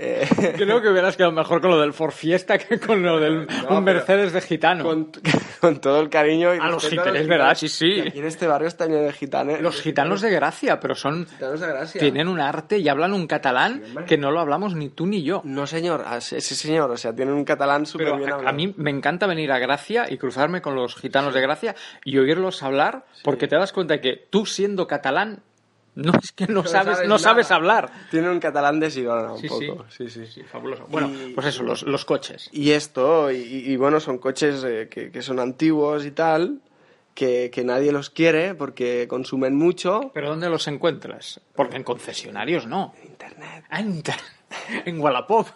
[SPEAKER 10] Eh,
[SPEAKER 9] Creo que hubieras quedado mejor con lo del Ford Fiesta que con lo del
[SPEAKER 10] No,
[SPEAKER 9] un Mercedes de gitano.
[SPEAKER 10] con, con todo el cariño. Y
[SPEAKER 9] A los
[SPEAKER 10] respeto
[SPEAKER 9] gitanos, ¿verdad? Sí, sí.
[SPEAKER 10] Y Aquí en este barrio está lleno de gitanes.
[SPEAKER 9] Los gitanos de Gracia, pero son...
[SPEAKER 10] Gitanos de Gracia.
[SPEAKER 9] Tienen un arte y hablan un catalán que no lo hablamos ni tú ni yo.
[SPEAKER 10] No, señor. ah, Sí, sí, señor. O sea, tienen un catalán súper
[SPEAKER 9] Pero
[SPEAKER 10] bien
[SPEAKER 9] a,
[SPEAKER 10] hablado.
[SPEAKER 9] a mí me encanta venir a Gracia y cruzarme con los gitanos de Gracia y oírlos hablar porque te das cuenta que tú siendo catalán no es que no, sabes, no
[SPEAKER 10] nada.
[SPEAKER 9] sabes hablar.
[SPEAKER 10] Tienen un catalán de Girona, un
[SPEAKER 9] Sí, sí.
[SPEAKER 10] poco. Sí, sí.
[SPEAKER 9] fabuloso. Bueno,
[SPEAKER 10] Y-
[SPEAKER 9] pues eso, los, los coches.
[SPEAKER 10] Y esto, y, y bueno, son coches eh, que, que son antiguos y tal, que, que nadie los quiere porque consumen mucho.
[SPEAKER 9] ¿Pero dónde los encuentras? Porque Ah, en concesionarios no.
[SPEAKER 10] Internet.
[SPEAKER 9] Ah, En, en Wallapop.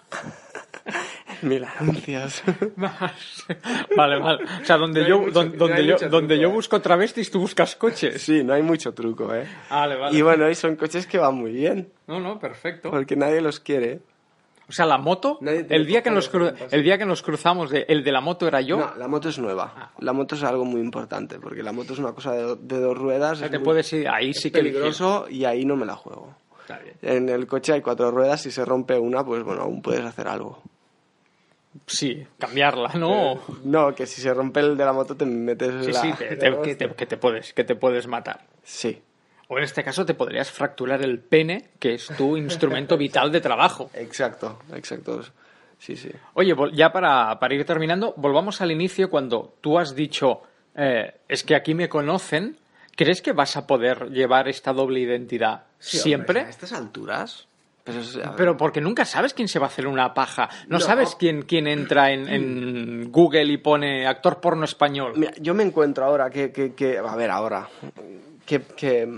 [SPEAKER 10] Mil anuncios.
[SPEAKER 9] vale, vale. O sea, donde
[SPEAKER 10] No hay
[SPEAKER 9] yo,
[SPEAKER 10] mucho-
[SPEAKER 9] don-
[SPEAKER 10] no
[SPEAKER 9] donde
[SPEAKER 10] hay
[SPEAKER 9] yo,
[SPEAKER 10] mucho
[SPEAKER 9] donde
[SPEAKER 10] truco,
[SPEAKER 9] yo
[SPEAKER 10] eh.
[SPEAKER 9] busco travestis, tú buscas coches.
[SPEAKER 10] Sí, no hay mucho truco, ¿eh?
[SPEAKER 9] Vale, vale.
[SPEAKER 10] Y bueno, y son coches que van muy bien,
[SPEAKER 9] No, no, perfecto.
[SPEAKER 10] porque nadie los quiere.
[SPEAKER 9] O sea, la moto,
[SPEAKER 10] Nadie tiene
[SPEAKER 9] el día, que
[SPEAKER 10] cojones
[SPEAKER 9] nos cru-
[SPEAKER 10] de montarse.
[SPEAKER 9] el día que nos cruzamos, de, el de la moto era yo. Ah.
[SPEAKER 10] No, la moto es nueva. La moto es algo muy importante, porque la moto es una cosa de, do- de dos ruedas.
[SPEAKER 9] o sea,
[SPEAKER 10] es
[SPEAKER 9] te
[SPEAKER 10] muy
[SPEAKER 9] puedes ir, ahí sí que elegir.
[SPEAKER 10] peligroso y ahí no me la juego.
[SPEAKER 9] Está bien.
[SPEAKER 10] En el coche hay cuatro ruedas, si se rompe una, pues bueno, aún puedes hacer algo.
[SPEAKER 9] Sí, cambiarla, ¿no?
[SPEAKER 10] No, que si se rompe el de la moto te metes
[SPEAKER 9] Sí,
[SPEAKER 10] la...
[SPEAKER 9] sí, te- te- que, te, que te puedes, que te puedes matar.
[SPEAKER 10] Sí,
[SPEAKER 9] O en este caso te podrías fracturar el pene, que es tu instrumento vital de trabajo.
[SPEAKER 10] exacto, exacto. Sí, sí.
[SPEAKER 9] Oye, vol- ya para, para ir terminando, volvamos al inicio cuando tú has dicho, eh, es que aquí me conocen. ¿Crees que vas a poder llevar esta doble identidad siempre?
[SPEAKER 10] ¿A estas alturas? Pero, o sea,
[SPEAKER 9] Pero porque nunca sabes quién se va a hacer una paja. No,
[SPEAKER 10] No.
[SPEAKER 9] sabes quién, quién entra en, en Google y pone actor porno español.
[SPEAKER 10] Mira, yo me encuentro ahora que, que, que- a ver, ahora, que, que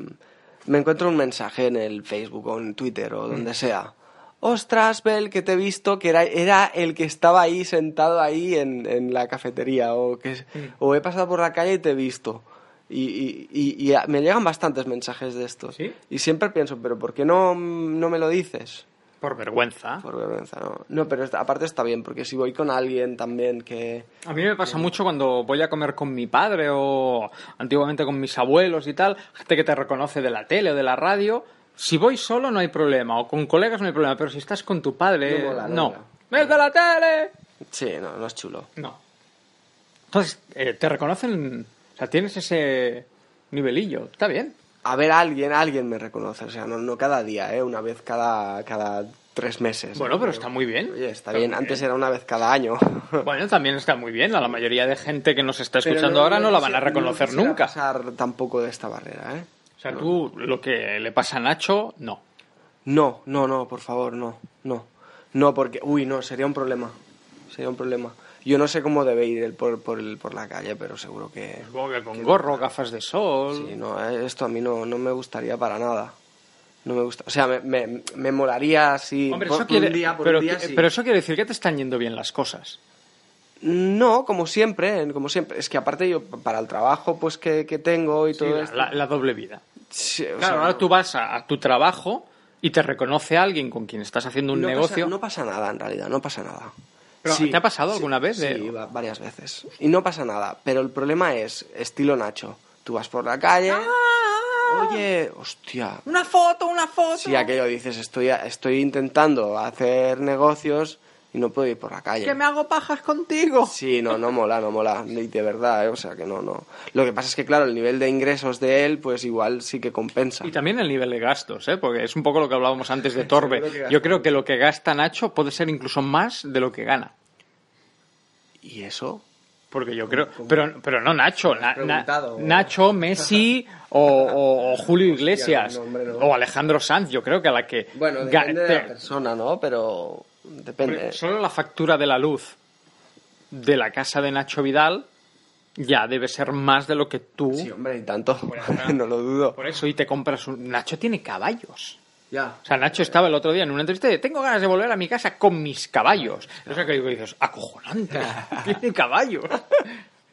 [SPEAKER 10] me encuentro un mensaje en el Facebook o en Twitter o donde sea. Ostras, Bel, que te he visto, que era, era el que estaba ahí sentado ahí en, en la cafetería o, que, es- o he pasado por la calle y te he visto. Y, y- y- y a- me llegan bastantes mensajes de estos.
[SPEAKER 9] ¿Sí?
[SPEAKER 10] Y siempre pienso, pero ¿por qué no, no me lo dices?
[SPEAKER 9] Por vergüenza.
[SPEAKER 10] Por vergüenza, ¿no? No, pero esta- aparte está bien, porque si voy con alguien también que...
[SPEAKER 9] A mí me pasa mucho cuando voy a comer con mi padre o antiguamente con mis abuelos y tal, gente que te reconoce de la tele o de la radio. Si voy solo no hay problema, o con colegas no hay problema, pero si estás con tu padre...
[SPEAKER 10] No mola, no mola.
[SPEAKER 9] ¡El de la tele!
[SPEAKER 10] Sí, no, no es chulo.
[SPEAKER 9] No. Entonces, eh, te reconocen, o sea, tienes ese nivelillo, está bien.
[SPEAKER 10] A ver, alguien, alguien me reconoce. O sea, no, no cada día, ¿eh? Una vez cada, cada tres meses.
[SPEAKER 9] Bueno, pero está muy bien.
[SPEAKER 10] Oye, está bien. Antes era una vez cada año.
[SPEAKER 9] Bueno, también está muy bien. A la mayoría de gente que nos está
[SPEAKER 10] Pero
[SPEAKER 9] escuchando ahora no la van a
[SPEAKER 10] quisiera-
[SPEAKER 9] reconocer
[SPEAKER 10] no quisiera
[SPEAKER 9] nunca.
[SPEAKER 10] pasar tampoco de esta barrera, ¿eh?
[SPEAKER 9] O sea, tú lo que le pasa a Nacho, no.
[SPEAKER 10] No, no, no, por favor, no. No, no porque... Uy, no, sería un problema. Sería un problema. Yo no sé cómo debe ir el por, por, el- por la calle, pero seguro que...
[SPEAKER 9] Supongo que con gorro, gafas de sol.
[SPEAKER 10] Sí, no, eh, esto a mí no, no me gustaría para nada. No me gusta. O sea, me, me, me molaría así...
[SPEAKER 9] Hombre,
[SPEAKER 10] por-
[SPEAKER 9] eso
[SPEAKER 10] por
[SPEAKER 9] quiere,
[SPEAKER 10] un día, por
[SPEAKER 9] pero,
[SPEAKER 10] un día
[SPEAKER 9] que-
[SPEAKER 10] sí.
[SPEAKER 9] pero eso quiere decir que te están yendo bien las cosas.
[SPEAKER 10] No, como siempre, en- como siempre. Es que aparte yo, p- para el trabajo pues que, que tengo y
[SPEAKER 9] Sí,
[SPEAKER 10] todo
[SPEAKER 9] la-
[SPEAKER 10] esto...
[SPEAKER 9] la, la doble vida.
[SPEAKER 10] Sí, o
[SPEAKER 9] Claro,
[SPEAKER 10] sea,
[SPEAKER 9] ahora
[SPEAKER 10] no-
[SPEAKER 9] tú vas a, a tu trabajo y te reconoce alguien con quien estás haciendo un
[SPEAKER 10] no pasa-
[SPEAKER 9] negocio.
[SPEAKER 10] no pasa nada, en realidad, no pasa nada.
[SPEAKER 9] Pero, ¿te ha pasado alguna vez de-
[SPEAKER 10] Sí, va- varias veces. Y no pasa nada, pero el problema es estilo Nacho. Tú vas por la calle...
[SPEAKER 9] Ah,
[SPEAKER 10] Oye, hostia,
[SPEAKER 9] ¡Una foto, una foto!
[SPEAKER 10] si aquello dices, estoy, estoy intentando hacer negocios y no puedo ir por la calle.
[SPEAKER 9] hago pajas contigo!
[SPEAKER 10] Sí, no, no mola, no mola, y de verdad, ¿eh? o sea que no, no. Lo que pasa es que, claro, el nivel de ingresos de él, pues igual sí que compensa.
[SPEAKER 9] Y también el nivel de gastos, ¿eh? porque es un poco lo que hablábamos antes de Torbe. Yo creo que lo que gasta Nacho puede ser incluso más de lo que gana.
[SPEAKER 10] ¿Y eso?
[SPEAKER 9] Porque yo creo. Pero, pero no Nacho. Na- na-
[SPEAKER 10] preguntado?
[SPEAKER 9] Nacho, Messi o, o- o Julio Iglesias.
[SPEAKER 10] no, hombre, no.
[SPEAKER 9] O Alejandro Sanz. Yo creo que a la que.
[SPEAKER 10] Bueno,
[SPEAKER 9] ga-
[SPEAKER 10] depende de
[SPEAKER 9] te-
[SPEAKER 10] la persona, ¿no? Pero depende.
[SPEAKER 9] Solo la factura de la luz de la casa de Nacho Vidal ya debe ser más de lo que tú.
[SPEAKER 10] Sí, hombre, y tanto, no lo dudo.
[SPEAKER 9] Por eso, y te compras un. Nacho tiene caballos.
[SPEAKER 10] Ya.
[SPEAKER 9] O sea, Nacho estaba el otro día en una entrevista de tengo ganas de volver a mi casa con mis caballos. O sea, que digo, dices, acojonante, tiene caballos.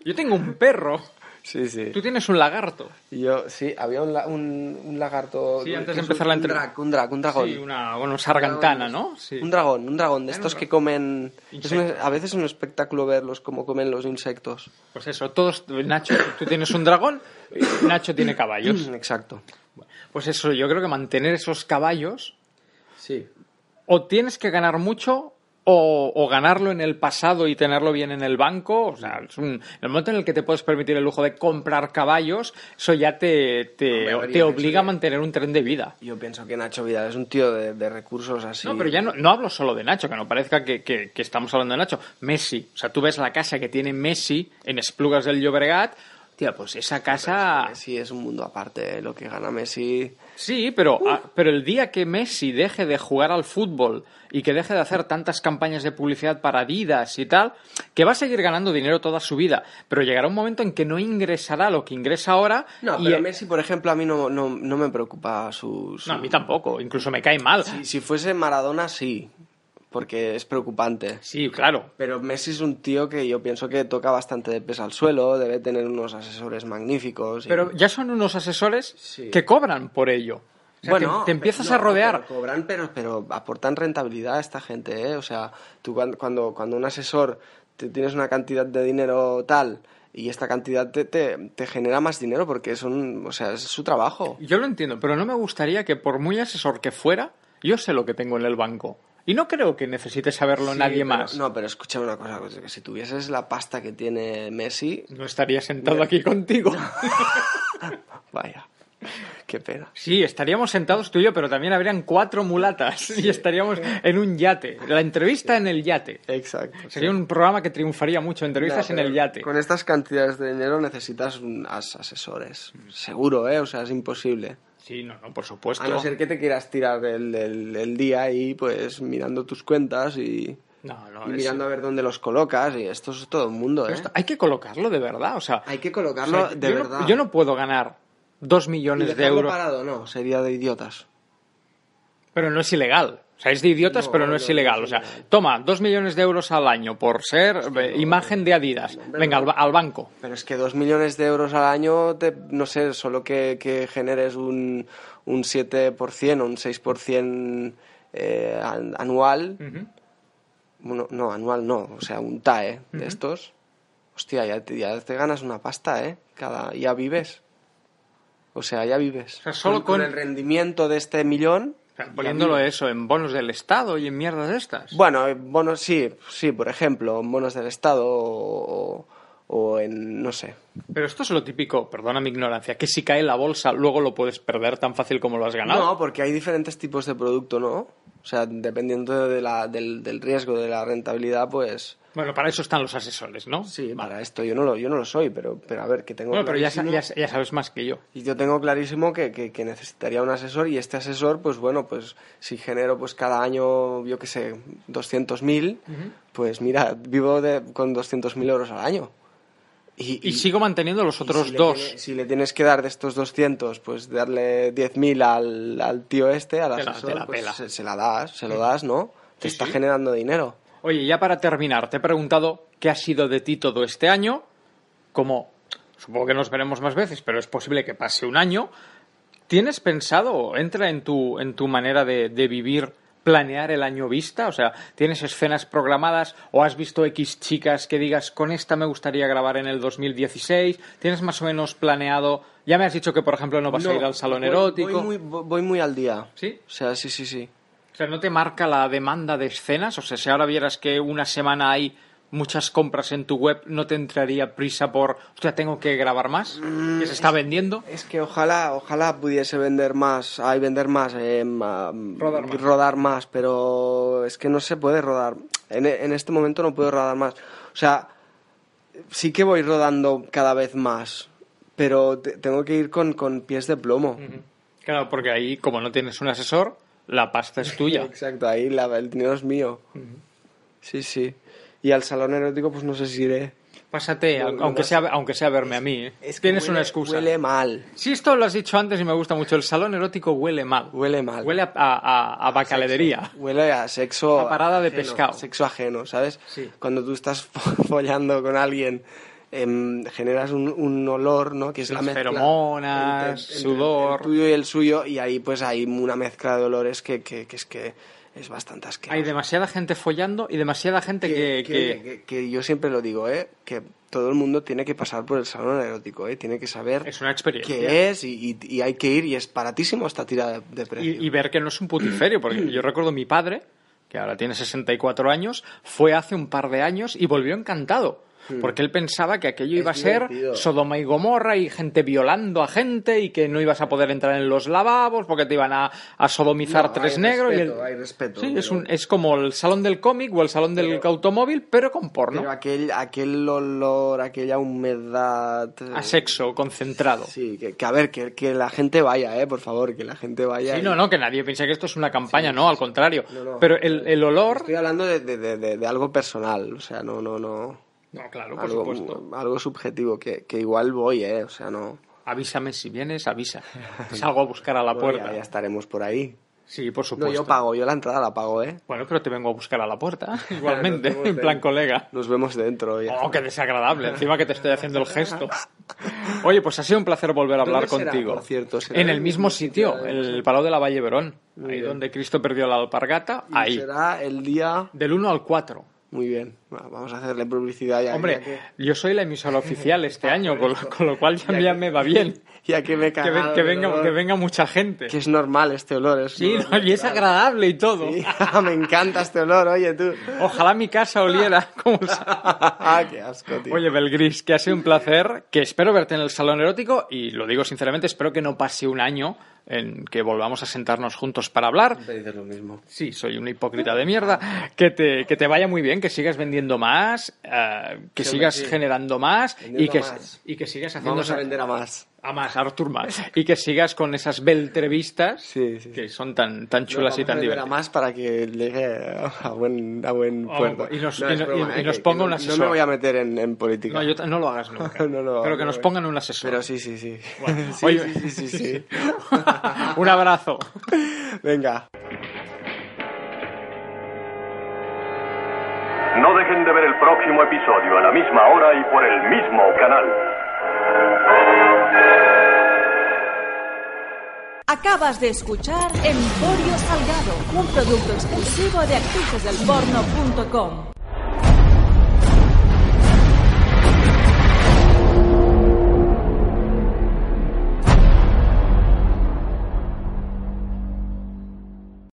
[SPEAKER 9] Yo tengo un perro,
[SPEAKER 10] Sí, sí.
[SPEAKER 9] tú tienes un lagarto.
[SPEAKER 10] Y Yo, sí, había un, la- un, un lagarto...
[SPEAKER 9] Sí, antes de
[SPEAKER 10] que es
[SPEAKER 9] empezar
[SPEAKER 10] un-
[SPEAKER 9] la
[SPEAKER 10] un
[SPEAKER 9] entrev-
[SPEAKER 10] drac, un drac, un dragón.
[SPEAKER 9] Sí, una, bueno, sargantana, ¿no? Sí.
[SPEAKER 10] Un dragón, un dragón, de estos que comen... Es un-
[SPEAKER 9] Insectos.
[SPEAKER 10] a veces es un espectáculo verlos cómo comen los insectos.
[SPEAKER 9] Pues eso, todos, Nacho, tú tienes un dragón, y Nacho tiene caballos.
[SPEAKER 10] Exacto.
[SPEAKER 9] Pues eso, yo creo que mantener esos caballos,
[SPEAKER 10] Sí.
[SPEAKER 9] o tienes que ganar mucho, o, o ganarlo en el pasado y tenerlo bien en el banco. O sea, es un- el momento en el que te puedes permitir el lujo de comprar caballos, eso ya te, te,
[SPEAKER 10] Hombre,
[SPEAKER 9] te
[SPEAKER 10] habría
[SPEAKER 9] obliga a
[SPEAKER 10] que-
[SPEAKER 9] mantener un tren de vida.
[SPEAKER 10] Yo pienso que Nacho Vidal es un tío de, de recursos así.
[SPEAKER 9] No, pero ya no, no hablo solo de Nacho, que no parezca que, que- que estamos hablando de Nacho. Messi, o sea, tú ves la casa que tiene Messi en Esplugas del Llobregat, tía, pues esa casa...
[SPEAKER 10] Messi es un mundo aparte, eh, lo que gana Messi.
[SPEAKER 9] Sí, pero, ah, pero el día que Messi deje de jugar al fútbol y que deje de hacer tantas campañas de publicidad para Adidas y tal, que va a seguir ganando dinero toda su vida, pero llegará un momento en que no ingresará lo que ingresa ahora
[SPEAKER 10] No,
[SPEAKER 9] y
[SPEAKER 10] pero Messi, por ejemplo, a mí no, no, no me preocupa su... su-
[SPEAKER 9] No, a mí tampoco, incluso me cae mal.
[SPEAKER 10] Si, si fuese Maradona, sí. porque es preocupante.
[SPEAKER 9] Sí, claro.
[SPEAKER 10] Pero Messi es un tío que yo pienso que toca bastante de peso al suelo, debe tener unos asesores magníficos. y-
[SPEAKER 9] Pero ya son unos asesores
[SPEAKER 10] Sí.
[SPEAKER 9] que cobran por ello. O sea, te, te empiezas
[SPEAKER 10] no,
[SPEAKER 9] a rodear.
[SPEAKER 10] Pero cobran, pero, pero aportan rentabilidad a esta gente, ¿eh? O sea, tú cuan- cuando, cuando un asesor te tienes una cantidad de dinero tal y esta cantidad te, te, te genera más dinero porque son, o sea, es su trabajo.
[SPEAKER 9] Yo lo entiendo, pero no me gustaría que por muy asesor que fuera, yo sé lo que tengo en el banco. Y no creo que necesite saberlo
[SPEAKER 10] Sí,
[SPEAKER 9] nadie
[SPEAKER 10] pero-
[SPEAKER 9] más. No,
[SPEAKER 10] No, pero escúchame una cosa, pues, que si tuvieses la pasta que tiene Messi,
[SPEAKER 9] estaría sentado aquí contigo.
[SPEAKER 10] vaya, qué pena.
[SPEAKER 9] Sí, estaríamos sentados tú y yo, pero también habrían cuatro mulatas y estaríamos en un yate. La entrevista en el yate.
[SPEAKER 10] Exacto.
[SPEAKER 9] Sería un programa que triunfaría mucho, entrevistas
[SPEAKER 10] No,
[SPEAKER 9] en el
[SPEAKER 10] pero
[SPEAKER 9] yate.
[SPEAKER 10] Con estas cantidades de dinero necesitas un- as- asesores,
[SPEAKER 9] Mm.
[SPEAKER 10] seguro, ¿eh? O sea, es imposible.
[SPEAKER 9] Sí, no, no, por supuesto.
[SPEAKER 10] A no ser que te quieras tirar el, el- el día ahí, pues mirando tus cuentas y,
[SPEAKER 9] No, no,
[SPEAKER 10] y
[SPEAKER 9] es-
[SPEAKER 10] mirando a ver dónde los colocas. Y esto es todo el mundo, ¿eh?
[SPEAKER 9] Esto- Hay que colocarlo de verdad, o sea...
[SPEAKER 10] Hay que
[SPEAKER 9] o sea,
[SPEAKER 10] colocarlo de
[SPEAKER 9] yo no-
[SPEAKER 10] verdad.
[SPEAKER 9] yo no puedo ganar dos
[SPEAKER 10] Y
[SPEAKER 9] millones de
[SPEAKER 10] dejarlo
[SPEAKER 9] euros,
[SPEAKER 10] parado, no, sería de idiotas.
[SPEAKER 9] pero no es ilegal. O sea, es de idiotas,
[SPEAKER 10] No,
[SPEAKER 9] pero no
[SPEAKER 10] no,
[SPEAKER 9] es
[SPEAKER 10] no
[SPEAKER 9] ilegal.
[SPEAKER 10] es
[SPEAKER 9] O sea,
[SPEAKER 10] ilegal.
[SPEAKER 9] toma, dos millones de euros al año por ser eh, imagen de Adidas. Venga, al, ba- al banco.
[SPEAKER 10] Pero es que dos millones de euros al año, te- no sé, solo que, que generes un, un 7% o un 6% eh, an- anual. Bueno, no, anual no, o sea, un TAE de estos. Hostia, ya te, ya te ganas una pasta, ¿eh? Cada, ya vives. O sea, ya vives.
[SPEAKER 9] sea, solo con-
[SPEAKER 10] el rendimiento de este millón.
[SPEAKER 9] O sea, poniéndolo eso en bonos del Estado y en mierdas de estas.
[SPEAKER 10] Bueno, eh, bonos, sí, sí, por ejemplo, en bonos del Estado o, o en, no sé.
[SPEAKER 9] Pero esto es lo típico, perdona mi ignorancia, que si cae la bolsa luego lo puedes perder tan fácil como lo has ganado.
[SPEAKER 10] No, porque hay diferentes tipos de producto, ¿no? O sea, dependiendo de la, del, del riesgo, de la rentabilidad, pues...
[SPEAKER 9] Bueno, para eso están los asesores, ¿no?
[SPEAKER 10] Sí,
[SPEAKER 9] Vale.
[SPEAKER 10] para esto yo no lo, yo no lo soy, pero, pero a ver, que tengo...
[SPEAKER 9] Bueno, pero ya, sa-
[SPEAKER 10] clarísimo-
[SPEAKER 9] ya sa- ya sabes más que yo.
[SPEAKER 10] Y yo tengo clarísimo que, que, que necesitaría un asesor y este asesor, pues bueno, pues si genero pues cada año, yo qué sé, 200.000, pues mira, vivo de, con 200.000 euros al año.
[SPEAKER 9] Y, sigo manteniendo los
[SPEAKER 10] y
[SPEAKER 9] otros
[SPEAKER 10] si le
[SPEAKER 9] dos.
[SPEAKER 10] tiene- si le tienes que dar de estos 200, pues darle 10.000 al, al tío este, al
[SPEAKER 9] Te la-
[SPEAKER 10] asesor,
[SPEAKER 9] te la
[SPEAKER 10] pues,
[SPEAKER 9] pela.
[SPEAKER 10] se, se la das, se lo das, ¿no? Te está generando dinero.
[SPEAKER 9] Oye, ya para terminar, te he preguntado qué ha sido de ti todo este año. Como supongo que nos veremos más veces, pero es posible que pase un año. ¿Tienes pensado, o entra en tu, en tu manera de, de vivir, planear el año vista? O sea, ¿tienes escenas programadas o has visto X chicas que digas, con esta me gustaría grabar en el 2016? ¿Tienes más o menos planeado? Ya me has dicho que, por ejemplo, no vas a
[SPEAKER 10] No,
[SPEAKER 9] ir al salón
[SPEAKER 10] voy-
[SPEAKER 9] erótico.
[SPEAKER 10] Voy muy, voy muy al día.
[SPEAKER 9] ¿Sí?
[SPEAKER 10] O sea, sí, sí, sí.
[SPEAKER 9] O sea, ¿no te marca la demanda de escenas? O sea, si ahora vieras que una semana hay muchas compras en tu web, ¿no te entraría prisa por, hostia, tengo que grabar más? ¿Que se está vendiendo?
[SPEAKER 10] Es que ojalá, ojalá pudiese vender más, ay, vender más, eh, ma-
[SPEAKER 9] Rodar más.
[SPEAKER 10] más, pero es que no se puede rodar. En, e- en este momento no puedo rodar más. O sea, sí que voy rodando cada vez más, pero te- tengo que ir con, con pies de plomo.
[SPEAKER 9] Claro, porque ahí, como no tienes un asesor, la pasta es tuya.
[SPEAKER 10] Exacto, ahí la, el dinero es mío. Sí, sí. Y al salón erótico, pues no sé si iré.
[SPEAKER 9] Pásate,
[SPEAKER 10] No,
[SPEAKER 9] au-
[SPEAKER 10] no
[SPEAKER 9] aunque
[SPEAKER 10] vas-
[SPEAKER 9] sea, aunque sea verme a mí. ¿eh? Tienes
[SPEAKER 10] huele-
[SPEAKER 9] una excusa.
[SPEAKER 10] Huele mal.
[SPEAKER 9] Sí, esto lo has dicho antes y me gusta mucho. El salón erótico huele mal.
[SPEAKER 10] Huele mal.
[SPEAKER 9] Huele a, a, a- a bacaladería.
[SPEAKER 10] Huele a sexo.
[SPEAKER 9] A parada de
[SPEAKER 10] ajeno,
[SPEAKER 9] pescado.
[SPEAKER 10] Sexo ajeno, ¿sabes?
[SPEAKER 9] Sí.
[SPEAKER 10] Cuando tú estás follando con alguien, em, generas un, un olor, ¿no? Que es
[SPEAKER 9] Sí,
[SPEAKER 10] la mezcla.
[SPEAKER 9] feromonas, sudor.
[SPEAKER 10] El tuyo y el suyo, y ahí pues hay una mezcla de olores que, que, que es que es bastante asqueroso.
[SPEAKER 9] Hay demasiada gente follando y demasiada gente que... que-
[SPEAKER 10] que- que yo siempre lo digo, ¿eh? Que todo el mundo tiene que pasar por el salón erótico, ¿eh? Tiene que saber
[SPEAKER 9] Es una experiencia.
[SPEAKER 10] qué es y, y- y hay que ir, y es baratísimo esta tira de, de precio.
[SPEAKER 9] y, y ver que no es un putiferio, porque yo recuerdo mi padre, que ahora tiene 64 años, fue hace un par de años y volvió encantado. Porque él pensaba que aquello iba a ser
[SPEAKER 10] Hmm. divertido.
[SPEAKER 9] Sodoma y Gomorra y gente violando a gente y que no ibas a poder entrar en los lavabos porque te iban a, a sodomizar
[SPEAKER 10] No,
[SPEAKER 9] tres
[SPEAKER 10] hay
[SPEAKER 9] negros. y
[SPEAKER 10] respeto,
[SPEAKER 9] el-
[SPEAKER 10] hay respeto,
[SPEAKER 9] sí, es,
[SPEAKER 10] pero-
[SPEAKER 9] un- es como el salón del cómic o el salón del automóvil, pero con porno.
[SPEAKER 10] Pero aquel, aquel olor, aquella humedad. eh,
[SPEAKER 9] a sexo concentrado.
[SPEAKER 10] Sí, que, que a ver, que, que la gente vaya, eh, por favor, que la gente vaya.
[SPEAKER 9] Sí,
[SPEAKER 10] y-
[SPEAKER 9] no, no, que nadie piense que esto es una campaña, no, al contrario.
[SPEAKER 10] No, no.
[SPEAKER 9] pero el, el olor...
[SPEAKER 10] Estoy hablando de, de- de- de- de algo personal, o sea, no, no, no.
[SPEAKER 9] No, claro, por
[SPEAKER 10] Algo,
[SPEAKER 9] supuesto.
[SPEAKER 10] algo subjetivo, que, que igual voy, eh, o sea, no.
[SPEAKER 9] Avísame si vienes, avisa. Salgo a buscar a la
[SPEAKER 10] Bueno,
[SPEAKER 9] puerta.
[SPEAKER 10] Ya, ya estaremos por ahí.
[SPEAKER 9] Sí, por
[SPEAKER 10] No,
[SPEAKER 9] supuesto.
[SPEAKER 10] yo pago, yo la entrada la pago, ¿eh?
[SPEAKER 9] Bueno, pero te vengo a buscar a la puerta, igualmente,
[SPEAKER 10] Nos vemos
[SPEAKER 9] en plan
[SPEAKER 10] dentro.
[SPEAKER 9] colega.
[SPEAKER 10] Nos vemos dentro. Ya.
[SPEAKER 9] Oh, qué desagradable. Encima que te estoy haciendo el gesto. Oye, pues ha sido un placer volver a hablar
[SPEAKER 10] ¿Dónde será,
[SPEAKER 9] contigo.
[SPEAKER 10] por cierto? ¿Será
[SPEAKER 9] en el mismo sitio,
[SPEAKER 10] ¿Será
[SPEAKER 9] el Palau de la Valle Verón. Ahí
[SPEAKER 10] bien.
[SPEAKER 9] donde Cristo perdió la alpargata.
[SPEAKER 10] Y
[SPEAKER 9] Ahí.
[SPEAKER 10] Será el día...
[SPEAKER 9] Del 1 al 4.
[SPEAKER 10] Muy bien, Va, vamos a hacerle publicidad ya. ya
[SPEAKER 9] Hombre,
[SPEAKER 10] que, Ah,
[SPEAKER 9] yo soy la emisora oficial este año, con lo, con lo cual ya, ya me va bien.
[SPEAKER 10] ya que me he
[SPEAKER 9] Que, ve-
[SPEAKER 10] cagado
[SPEAKER 9] que
[SPEAKER 10] del
[SPEAKER 9] venga,
[SPEAKER 10] olor.
[SPEAKER 9] que venga mucha gente.
[SPEAKER 10] Que es normal este olor. Es
[SPEAKER 9] Sí,
[SPEAKER 10] normal,
[SPEAKER 9] no, y es
[SPEAKER 10] claro.
[SPEAKER 9] agradable y todo.
[SPEAKER 10] Sí, me encanta este olor, oye tú.
[SPEAKER 9] Ojalá mi casa oliera como... sa-
[SPEAKER 10] Ah, qué asco, tío.
[SPEAKER 9] Oye, Belgris, que ha sido un placer, que espero verte en el Salón Erótico y lo digo sinceramente, espero que no pase un año en que volvamos a sentarnos juntos para hablar.
[SPEAKER 10] Te dices lo mismo.
[SPEAKER 9] Sí, soy un hipócrita de mierda. Que te, que te vaya muy bien, que sigas vendiendo más, eh, que
[SPEAKER 10] Sí, hombre,
[SPEAKER 9] sigas
[SPEAKER 10] sí.
[SPEAKER 9] generando más y
[SPEAKER 10] Vendiendo
[SPEAKER 9] que,
[SPEAKER 10] más.
[SPEAKER 9] y que sigas haciendo...
[SPEAKER 10] Vamos a vender a más.
[SPEAKER 9] a más, a Artur más. Y que sigas con esas beltrevistas
[SPEAKER 10] Sí, sí.
[SPEAKER 9] que son tan, tan chulas
[SPEAKER 10] Vamos
[SPEAKER 9] y
[SPEAKER 10] a
[SPEAKER 9] tan
[SPEAKER 10] vender a
[SPEAKER 9] divertidas.
[SPEAKER 10] más para que llegue a buen, a buen
[SPEAKER 9] Oh,
[SPEAKER 10] puerto.
[SPEAKER 9] y nos-
[SPEAKER 10] No,
[SPEAKER 9] y
[SPEAKER 10] es
[SPEAKER 9] no-
[SPEAKER 10] broma,
[SPEAKER 9] y- y
[SPEAKER 10] eh,
[SPEAKER 9] nos
[SPEAKER 10] que-
[SPEAKER 9] ponga
[SPEAKER 10] que
[SPEAKER 9] un
[SPEAKER 10] no-
[SPEAKER 9] asesor.
[SPEAKER 10] No me voy a meter en, en política.
[SPEAKER 9] No, yo t- no lo hagas nunca.
[SPEAKER 10] No lo
[SPEAKER 9] Pero
[SPEAKER 10] hago,
[SPEAKER 9] que nos
[SPEAKER 10] eh.
[SPEAKER 9] pongan un asesor.
[SPEAKER 10] Pero sí, sí, sí.
[SPEAKER 9] Bueno,
[SPEAKER 10] sí,
[SPEAKER 9] oye.
[SPEAKER 10] sí, sí, sí, sí.
[SPEAKER 9] un abrazo.
[SPEAKER 10] Venga.
[SPEAKER 5] No dejen de ver el próximo episodio a la misma hora y por el mismo canal.
[SPEAKER 1] Acabas de escuchar Emporio Salgado, un producto exclusivo de actricesdelporno.com.